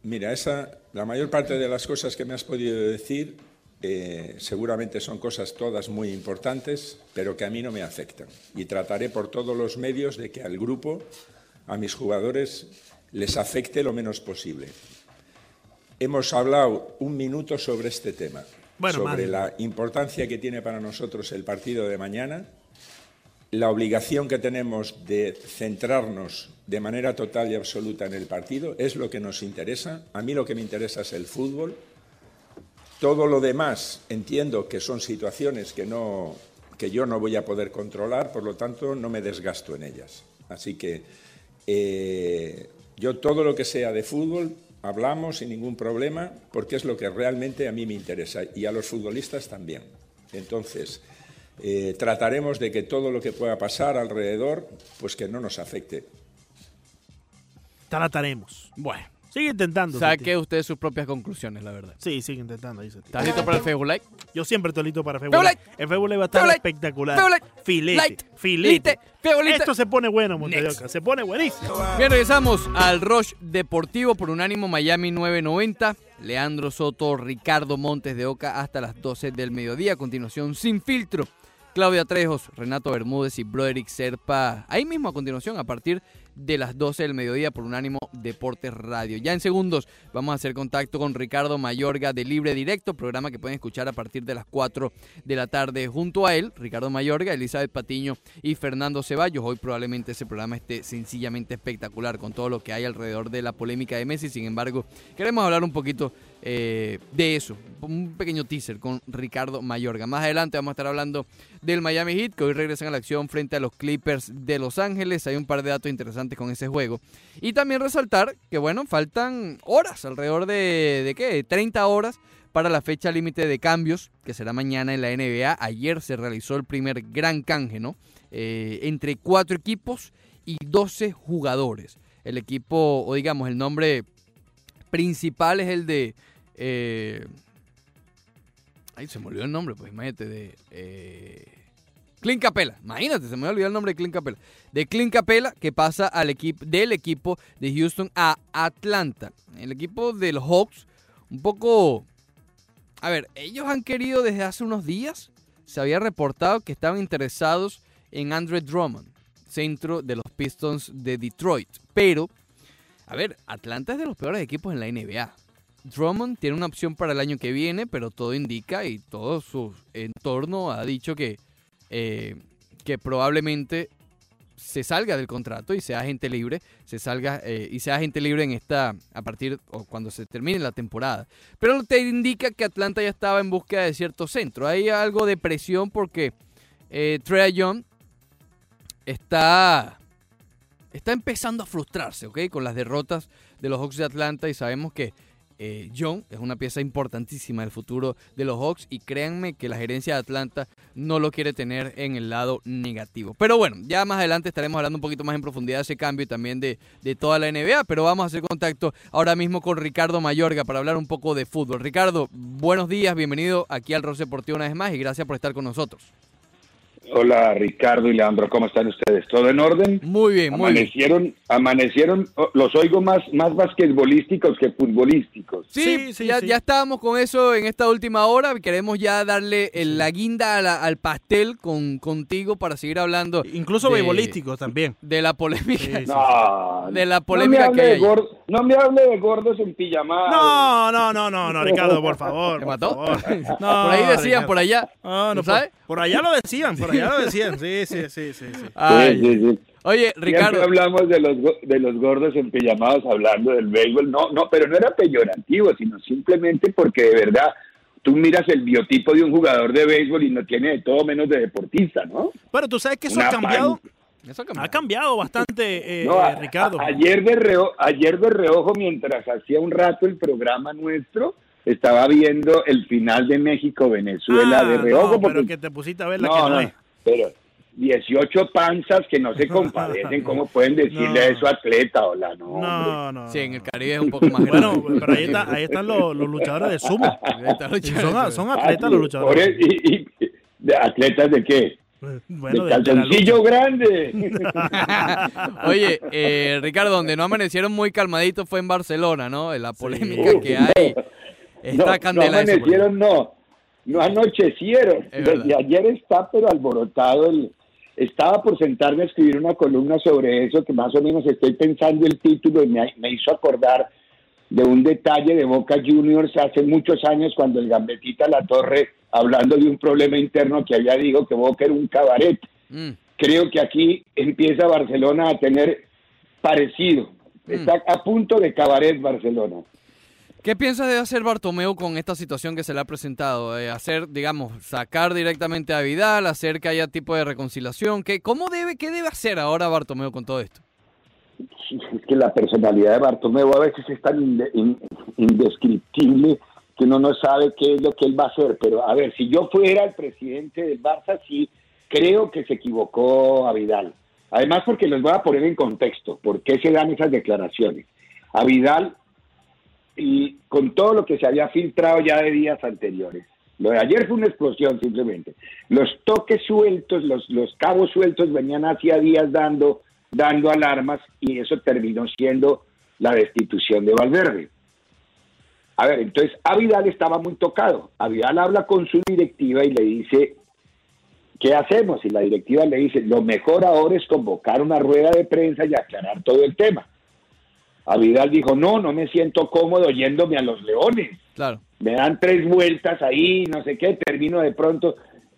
G: Mira, esa, la mayor parte de las cosas que me has podido decir eh, seguramente son cosas todas muy importantes, pero que a mí no me afectan. Y trataré por todos los medios de que al grupo, a mis jugadores, les afecte lo menos posible. Hemos hablado un minuto sobre este tema,
B: Bueno,
G: sobre
B: Mario.
G: la importancia que tiene para nosotros el partido de mañana, la obligación que tenemos de centrarnos de manera total y absoluta en el partido es lo que nos interesa. A mí lo que me interesa es el fútbol. Todo lo demás entiendo que son situaciones que, no, que yo no voy a poder controlar, por lo tanto no me desgasto en ellas. Así que eh, yo todo lo que sea de fútbol hablamos sin ningún problema porque es lo que realmente a mí me interesa y a los futbolistas también. Entonces, eh, trataremos de que todo lo que pueda pasar alrededor, pues que no nos afecte.
B: Trataremos.
A: Bueno,
B: Sigue intentando.
A: saque
B: Seti.
A: ustedes sus propias conclusiones, la verdad.
B: Sí, sigue intentando. Ahí, Seti.
A: ¿Estás listo para el Facebook Like?
B: Yo siempre estoy listo para
A: Feo
B: Febulite.
A: Light.
B: El Febulite va a estar
A: Feo Light.
B: espectacular.
A: Feo Light.
B: Filete.
A: Light.
B: Filete.
A: Lite. Feo Lite.
B: Esto se pone bueno, Montevideo.
A: Next.
B: Se pone buenísimo.
A: Bien, regresamos al Rush Deportivo por Unánimo Miami 990. Leandro Soto, Ricardo Montes de Oca hasta las 12 del mediodía. A continuación, Sin Filtro. Claudia Trejos, Renato Bermúdez y Broderick Serpa. Ahí mismo a continuación, a partir de las 12 del mediodía por Unánimo Deportes Radio. Ya en segundos vamos a hacer contacto con Ricardo Mayorga de Libre Directo, programa que pueden escuchar a partir de las 4 de la tarde junto a él, Ricardo Mayorga, Elizabeth Patiño y Fernando Ceballos. Hoy probablemente ese programa esté sencillamente espectacular con todo lo que hay alrededor de la polémica de Messi. Sin embargo, queremos hablar un poquito eh, de eso. Un pequeño teaser con Ricardo Mayorga. Más adelante vamos a estar hablando del Miami Heat, que hoy regresan a la acción frente a los Clippers de Los Ángeles. Hay un par de datos interesantes con ese juego. Y también resaltar que, bueno, faltan horas, alrededor de, de ¿qué? 30 horas para la fecha límite de cambios, que será mañana en la NBA. Ayer se realizó el primer gran canje, ¿no? Eh, entre cuatro equipos y 12 jugadores. El equipo, o digamos, el nombre principal es el de. eh, ay, se me olvidó el nombre, pues imagínate, de. eh, Clint Capela, imagínate, se me olvidó el nombre de Clint Capela. De Clint Capela que pasa al equipo del equipo de Houston a Atlanta. El equipo de los Hawks, un poco a ver, ellos han querido desde hace unos días, se había reportado que estaban interesados en Andre Drummond, centro de los Pistons de Detroit. Pero, a ver, Atlanta es de los peores equipos en la NBA. Drummond tiene una opción para el año que viene, pero todo indica y todo su entorno ha dicho que, eh, que probablemente se salga del contrato y sea agente libre, se salga eh, y sea agente libre en esta a partir o cuando se termine la temporada. Pero te indica que Atlanta ya estaba en búsqueda de cierto centro. Hay algo de presión porque eh, Trey Young está está empezando a frustrarse, ¿ok? Con las derrotas de los Hawks de Atlanta y sabemos que eh, John es una pieza importantísima del futuro de los Hawks y créanme que la gerencia de Atlanta no lo quiere tener en el lado negativo. Pero bueno, ya más adelante estaremos hablando un poquito más en profundidad de ese cambio y también de, de toda la NBA, pero vamos a hacer contacto ahora mismo con Ricardo Mayorga para hablar un poco de fútbol. Ricardo, buenos días, bienvenido aquí al Rose Deportivo una vez más y gracias por estar con nosotros.
G: Hola Ricardo y Leandro, ¿cómo están ustedes? ¿Todo en orden?
A: Muy bien, muy bien.
G: amanecieron, amanecieron, oh, los oigo más, más basquetbolísticos que futbolísticos.
A: Sí,
B: Sí, sí,
A: ya,
B: sí.
A: ya estábamos con eso en esta última hora. Queremos ya darle el- la guinda a la- al pastel con, contigo para seguir hablando
B: Incluso
A: de-
B: beibolísticos también.
A: de la polémica.
B: Sí, sí.
G: No,
A: De la
G: no me
A: polémica que
G: hable
A: hay
G: de
A: ahí.
G: gor- Ah, No me hable de gordos en pijama.
B: No, no, no, no, no, Ricardo, por favor.
A: ¿Te
B: por
A: mató?
B: favor. No,
A: por ahí decían,
B: Ricardo.
A: por allá.
B: Ah, no,
A: ¿No sabe?
B: por, por allá lo decían, por allá lo decían. Sí, sí, sí, sí. sí.
A: Ay.
G: Sí, sí, sí.
A: Oye,
G: Siempre
A: Ricardo,
G: hablamos de los, go- de los gordos empellamados hablando del béisbol. No, no, pero no era peyorativo, sino simplemente porque de verdad tú miras el biotipo de un jugador de béisbol y no tiene de todo menos de deportista, ¿no?
B: Bueno, tú sabes que eso
G: Una
B: ha cambiado,
G: pan-
A: eso ha
B: ha
A: cambiado.
B: cambiado bastante, eh,
G: No, a-
B: eh, Ricardo.
G: a- ayer, de reo- ayer de reojo, mientras hacía un rato el programa nuestro, estaba viendo el final de México-Venezuela
B: Ah,
G: de reojo.
B: no, pero
G: porque-
B: que te pusiste a ver la que
G: no,
B: no
G: no,
B: es.
G: pero 18 panzas que no se compadecen, ¿cómo pueden decirle a
B: No.
G: eso atleta? Hola, no. hombre.
B: No, no.
A: Sí, en
B: no.
A: el Caribe es un poco más grande.
B: Bueno, pero ahí, está- ahí están los, los luchadores de sumo.
A: Ahí está
B: Y
A: luchando.
B: Son, son
G: Ah,
B: atletas
G: sí,
B: los luchadores.
G: por el- y- y- ¿De atletas de qué?
B: Bueno,
G: de
B: de- de la
G: calzoncillo
B: lucha.
G: grande.
A: Oye, eh, Ricardo, donde no amanecieron muy calmaditos fue en Barcelona, ¿no? La polémica
G: Sí.
A: que hay. Está
G: no,
A: candela
G: no
A: eso, por
G: amanecieron, no. No anochecieron.
A: Es verdad.
G: Desde ayer está, pero alborotado. el- estaba por sentarme a escribir una columna sobre eso, que más o menos estoy pensando el título y me, me hizo acordar de un detalle de Boca Juniors hace muchos años cuando el gambetita La Torre, hablando de un problema interno que había, dijo que Boca era un cabaret.
A: Mm.
G: creo que aquí empieza Barcelona a tener parecido. Está a punto de cabaret Barcelona.
A: ¿Qué piensas de hacer Bartomeu con esta situación que se le ha presentado? Eh, hacer, digamos, sacar directamente a Vidal, hacer que haya tipo de reconciliación. ¿Qué, ¿Cómo debe, qué debe hacer ahora Bartomeu con todo esto?
G: Es que la personalidad de Bartomeu a veces es tan inde- in- indescriptible que uno no sabe qué es lo que él va a hacer. Pero a ver, si yo fuera el presidente del Barça, sí creo que se equivocó a Vidal. Además, porque los voy a poner en contexto, por qué se dan esas declaraciones. A Vidal y con todo lo que se había filtrado ya de días anteriores. Lo de ayer fue una explosión simplemente. Los toques sueltos, los, los cabos sueltos venían hacía días dando, dando alarmas y eso terminó siendo la destitución de Valverde. A ver, entonces a Vidal estaba muy tocado. A Vidal habla con su directiva y le dice
J: ¿qué hacemos? Y la directiva le dice, lo mejor ahora es convocar una rueda de prensa y aclarar todo el tema. A Vidal dijo, no, no me siento cómodo yéndome a los leones.
A: Claro.
J: Me dan tres vueltas ahí, no sé qué, termino de pronto.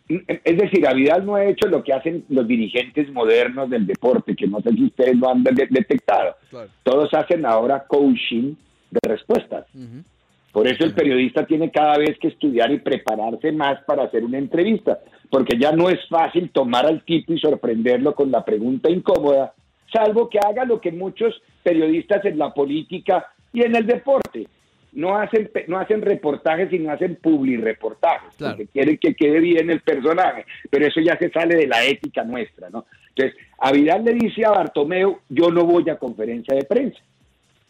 J: Es decir, a Vidal no ha hecho lo que hacen los dirigentes modernos del deporte, que no sé si ustedes lo han de- detectado.
A: Claro.
J: Todos hacen ahora coaching de respuestas.
A: Ujú.
J: Por eso el periodista tiene cada vez que estudiar y prepararse más para hacer una entrevista, porque ya no es fácil tomar al tipo y sorprenderlo con la pregunta incómoda, salvo que haga lo que muchos periodistas en la política y en el deporte no hacen, pe- no hacen reportajes y no hacen publireportajes,
A: Claro.
J: porque quieren que quede bien el personaje, pero eso ya se sale de la ética nuestra, ¿no? Entonces, a Vidal le dice a Bartomeu, yo no voy a conferencia de prensa.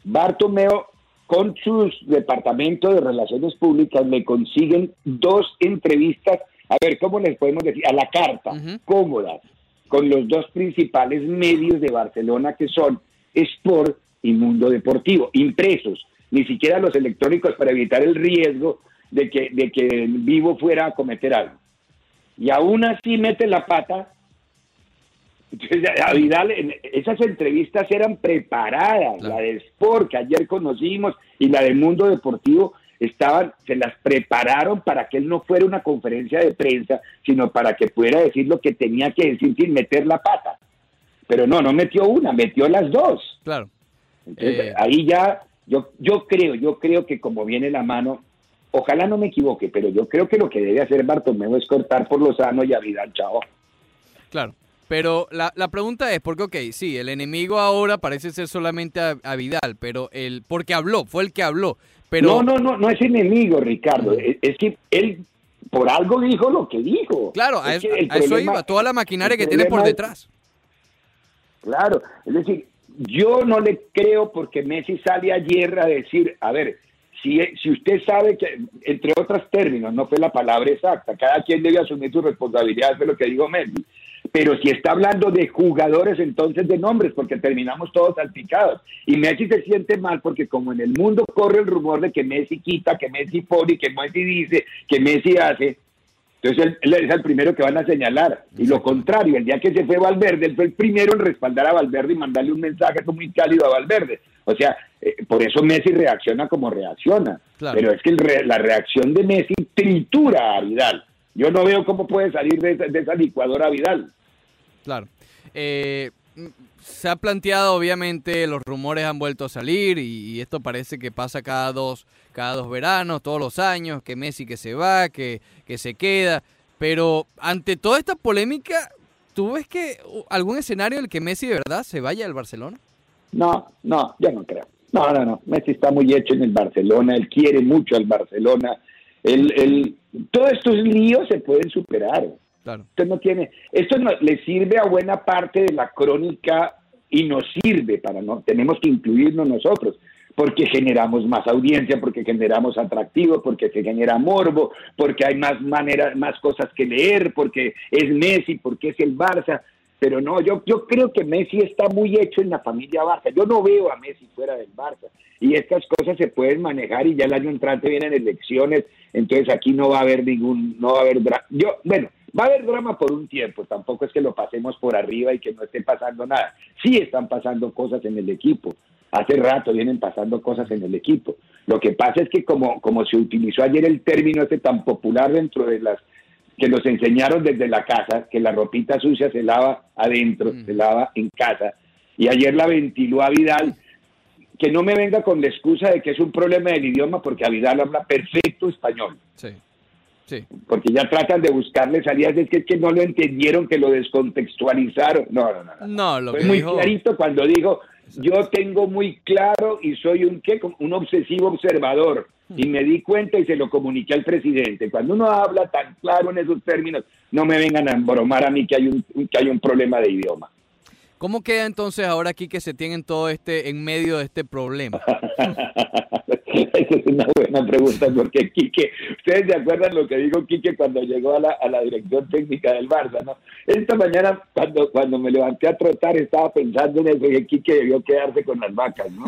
J: Bartomeo con sus departamentos de relaciones públicas le consiguen dos entrevistas, a ver cómo les podemos decir, a la carta,
A: Ujú.
J: cómodas, con los dos principales medios de Barcelona que son Sport y Mundo Deportivo, impresos, ni siquiera los electrónicos para evitar el riesgo de que, de que el vivo fuera a cometer algo. Y aún así mete la pata entonces, a Vidal, en- esas entrevistas eran preparadas,
A: Claro.
J: la de Sport que ayer conocimos y la del Mundo Deportivo estaban, se las prepararon para que él no fuera una conferencia de prensa, sino para que pudiera decir lo que tenía que decir sin meter la pata. Pero no, no metió una, metió las dos.
A: Claro.
J: Entonces,
A: Eh.
J: ahí ya, yo, yo creo, yo creo que como viene la mano, ojalá no me equivoque, pero yo creo que lo que debe hacer Bartomeu es cortar por lo sano y a Vidal, chao.
A: Claro. Pero la, la pregunta es, porque ok, sí, el enemigo ahora parece ser solamente a, a Vidal, pero el porque habló, fue el que habló. Pero
J: No, no, no, no es enemigo, Ricardo. Es, es que él por algo dijo lo que dijo.
A: claro, a,
J: Es
A: es-
J: que el
A: a eso
J: problema-
A: iba, toda la maquinaria
J: el
A: que tiene por
J: problema es-
A: detrás.
J: Claro, es decir, yo no le creo porque Messi sale ayer a decir, a ver, si, si usted sabe que, entre otros términos, no fue la palabra exacta, cada quien debe asumir su responsabilidad de lo que dijo Messi, pero si está hablando de jugadores, entonces de nombres, porque terminamos todos salpicados. Y Messi se siente mal porque como en el mundo corre el rumor de que Messi quita, que Messi pone, que Messi dice, que Messi hace, entonces él, él es el primero que van a señalar. Y lo contrario, el día que se fue Valverde, él fue el primero en respaldar a Valverde y mandarle un mensaje muy cálido a Valverde. O sea, eh, por eso Messi reacciona como reacciona.
A: Claro.
J: Pero es que el re- la reacción de Messi tritura a Vidal. Yo no veo cómo puede salir de esa, de esa licuadora Vidal.
A: Claro. Eh, mm, se ha planteado, obviamente, los rumores han vuelto a salir y, y esto parece que pasa cada dos, cada dos veranos, todos los años, que Messi que se va, que, que se queda. Pero ante toda esta polémica, ¿tú ves que uh, algún escenario en el que Messi de verdad se vaya del Barcelona?
J: No, no, yo no creo. No, no, no. Messi está muy hecho en el Barcelona, él quiere mucho al Barcelona. Él, él, todos estos líos se pueden superar.
A: Claro.
J: Usted no tiene. Esto no, le sirve a buena parte de la crónica y nos sirve para no. Tenemos que incluirnos nosotros porque generamos más audiencia, porque generamos atractivo, porque se genera morbo, porque hay más maneras, más cosas que leer, porque es Messi, porque es el Barça. Pero no, yo, yo creo que Messi está muy hecho en la familia Barça. Yo no veo a Messi fuera del Barça. Y estas cosas se pueden manejar y ya el año entrante vienen elecciones. Entonces aquí no va a haber ningún, no va a haber drama. Yo, bueno, va a haber drama por un tiempo. Tampoco es que lo pasemos por arriba y que no esté pasando nada. Sí están pasando cosas en el equipo. Hace rato vienen pasando cosas en el equipo. Lo que pasa es que como, como se utilizó ayer el término este tan popular dentro de las que nos enseñaron desde la casa, que la ropita sucia se lava adentro, se lava en casa. Y ayer la ventiló a Vidal, que no me venga con la excusa de que es un problema del idioma, porque a Vidal habla perfecto español,
A: Sí. Sí.
J: porque ya tratan de buscarle salidas, es que, es que no lo entendieron, que lo descontextualizaron. No, no, no. no.
A: No, lo
J: Fue
A: que
J: muy
A: dijo.
J: clarito cuando dijo, yo tengo muy claro y soy un qué, Como un obsesivo observador. Y me di cuenta y se lo comuniqué al presidente. Cuando uno habla tan claro en esos términos, no me vengan a embromar a mí que hay un, que hay un problema de idioma.
A: ¿Cómo queda entonces ahora aquí que se tienen todo este en medio de este problema?
J: Esa es una buena pregunta, porque Quique, ustedes se acuerdan lo que dijo Quique cuando llegó a la, a la dirección técnica del Barça, ¿no? Esta mañana, cuando, cuando me levanté a trotar, estaba pensando en eso, que Quique debió quedarse con las vacas, ¿no?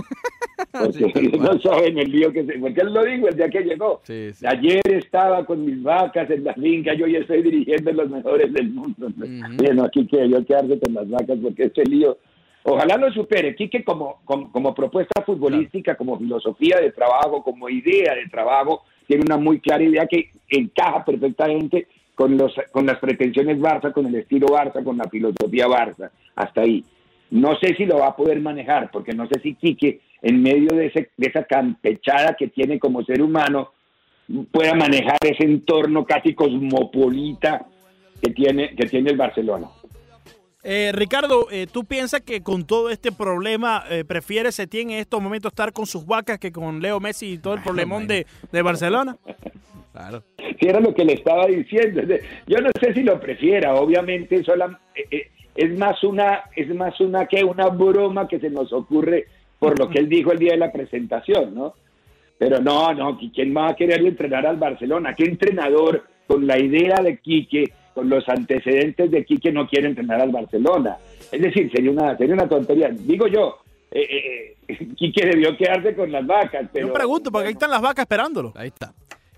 J: Porque ellos no saben el lío que se... Porque él lo dijo el día que llegó.
A: Sí, sí.
J: Ayer estaba con mis vacas en la finca, yo ya estoy dirigiendo los mejores del mundo. ¿no?
A: Ujú.
J: Bueno, aquí que yo quedarse con las vacas porque este lío, ojalá lo supere. Quique, como, como, como propuesta futbolística, como filosofía de trabajo, como idea de trabajo, tiene una muy clara idea que encaja perfectamente con, los, con las pretensiones Barça, con el estilo Barça, con la filosofía Barça. Hasta ahí. No sé si lo va a poder manejar, porque no sé si Quique, en medio de, ese- de esa campechada que tiene como ser humano, pueda manejar ese entorno casi cosmopolita que tiene, que tiene el Barcelona.
B: Eh, Ricardo, eh, ¿tú piensas que con todo este problema eh, prefiere Setién en estos momentos estar con sus vacas que con Leo Messi y todo el problemón de, de Barcelona?
A: Claro.
J: Si era lo que le estaba diciendo. Es de- Yo no sé si lo prefiera, obviamente sola- eh, eh, es más una es más una que una broma que se nos ocurre por lo que él dijo el día de la presentación, ¿no? Pero no, no, ¿qui- ¿quién va a querer entrenar al Barcelona? ¿Qué entrenador con la idea de Quique, con los antecedentes de Quique no quiere entrenar al Barcelona? Es decir, sería una sería una tontería. Digo yo, eh, eh, eh, Quique debió quedarse con las vacas, pero
B: Yo pregunto, porque ahí están las vacas esperándolo.
A: Ahí está.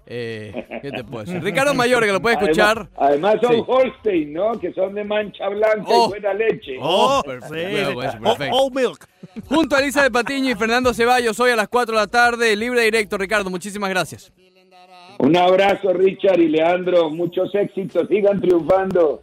A: Eh, ¿Qué te puedo decir? Ricardo Mayor, que lo puede escuchar.
J: Además, además son
A: Sí.
J: Holstein, ¿no? Que son de mancha blanca
A: Oh.
J: y buena leche.
B: Oh,
A: perfecto.
B: perfecto.
A: Bueno, perfecto.
B: Oh, oh, milk.
A: Junto a Elisa de Patiño y Fernando Ceballos, hoy a las 4 de la tarde, libre directo. Ricardo, muchísimas gracias.
J: Un abrazo, Richard y Leandro. Muchos éxitos. Sigan triunfando.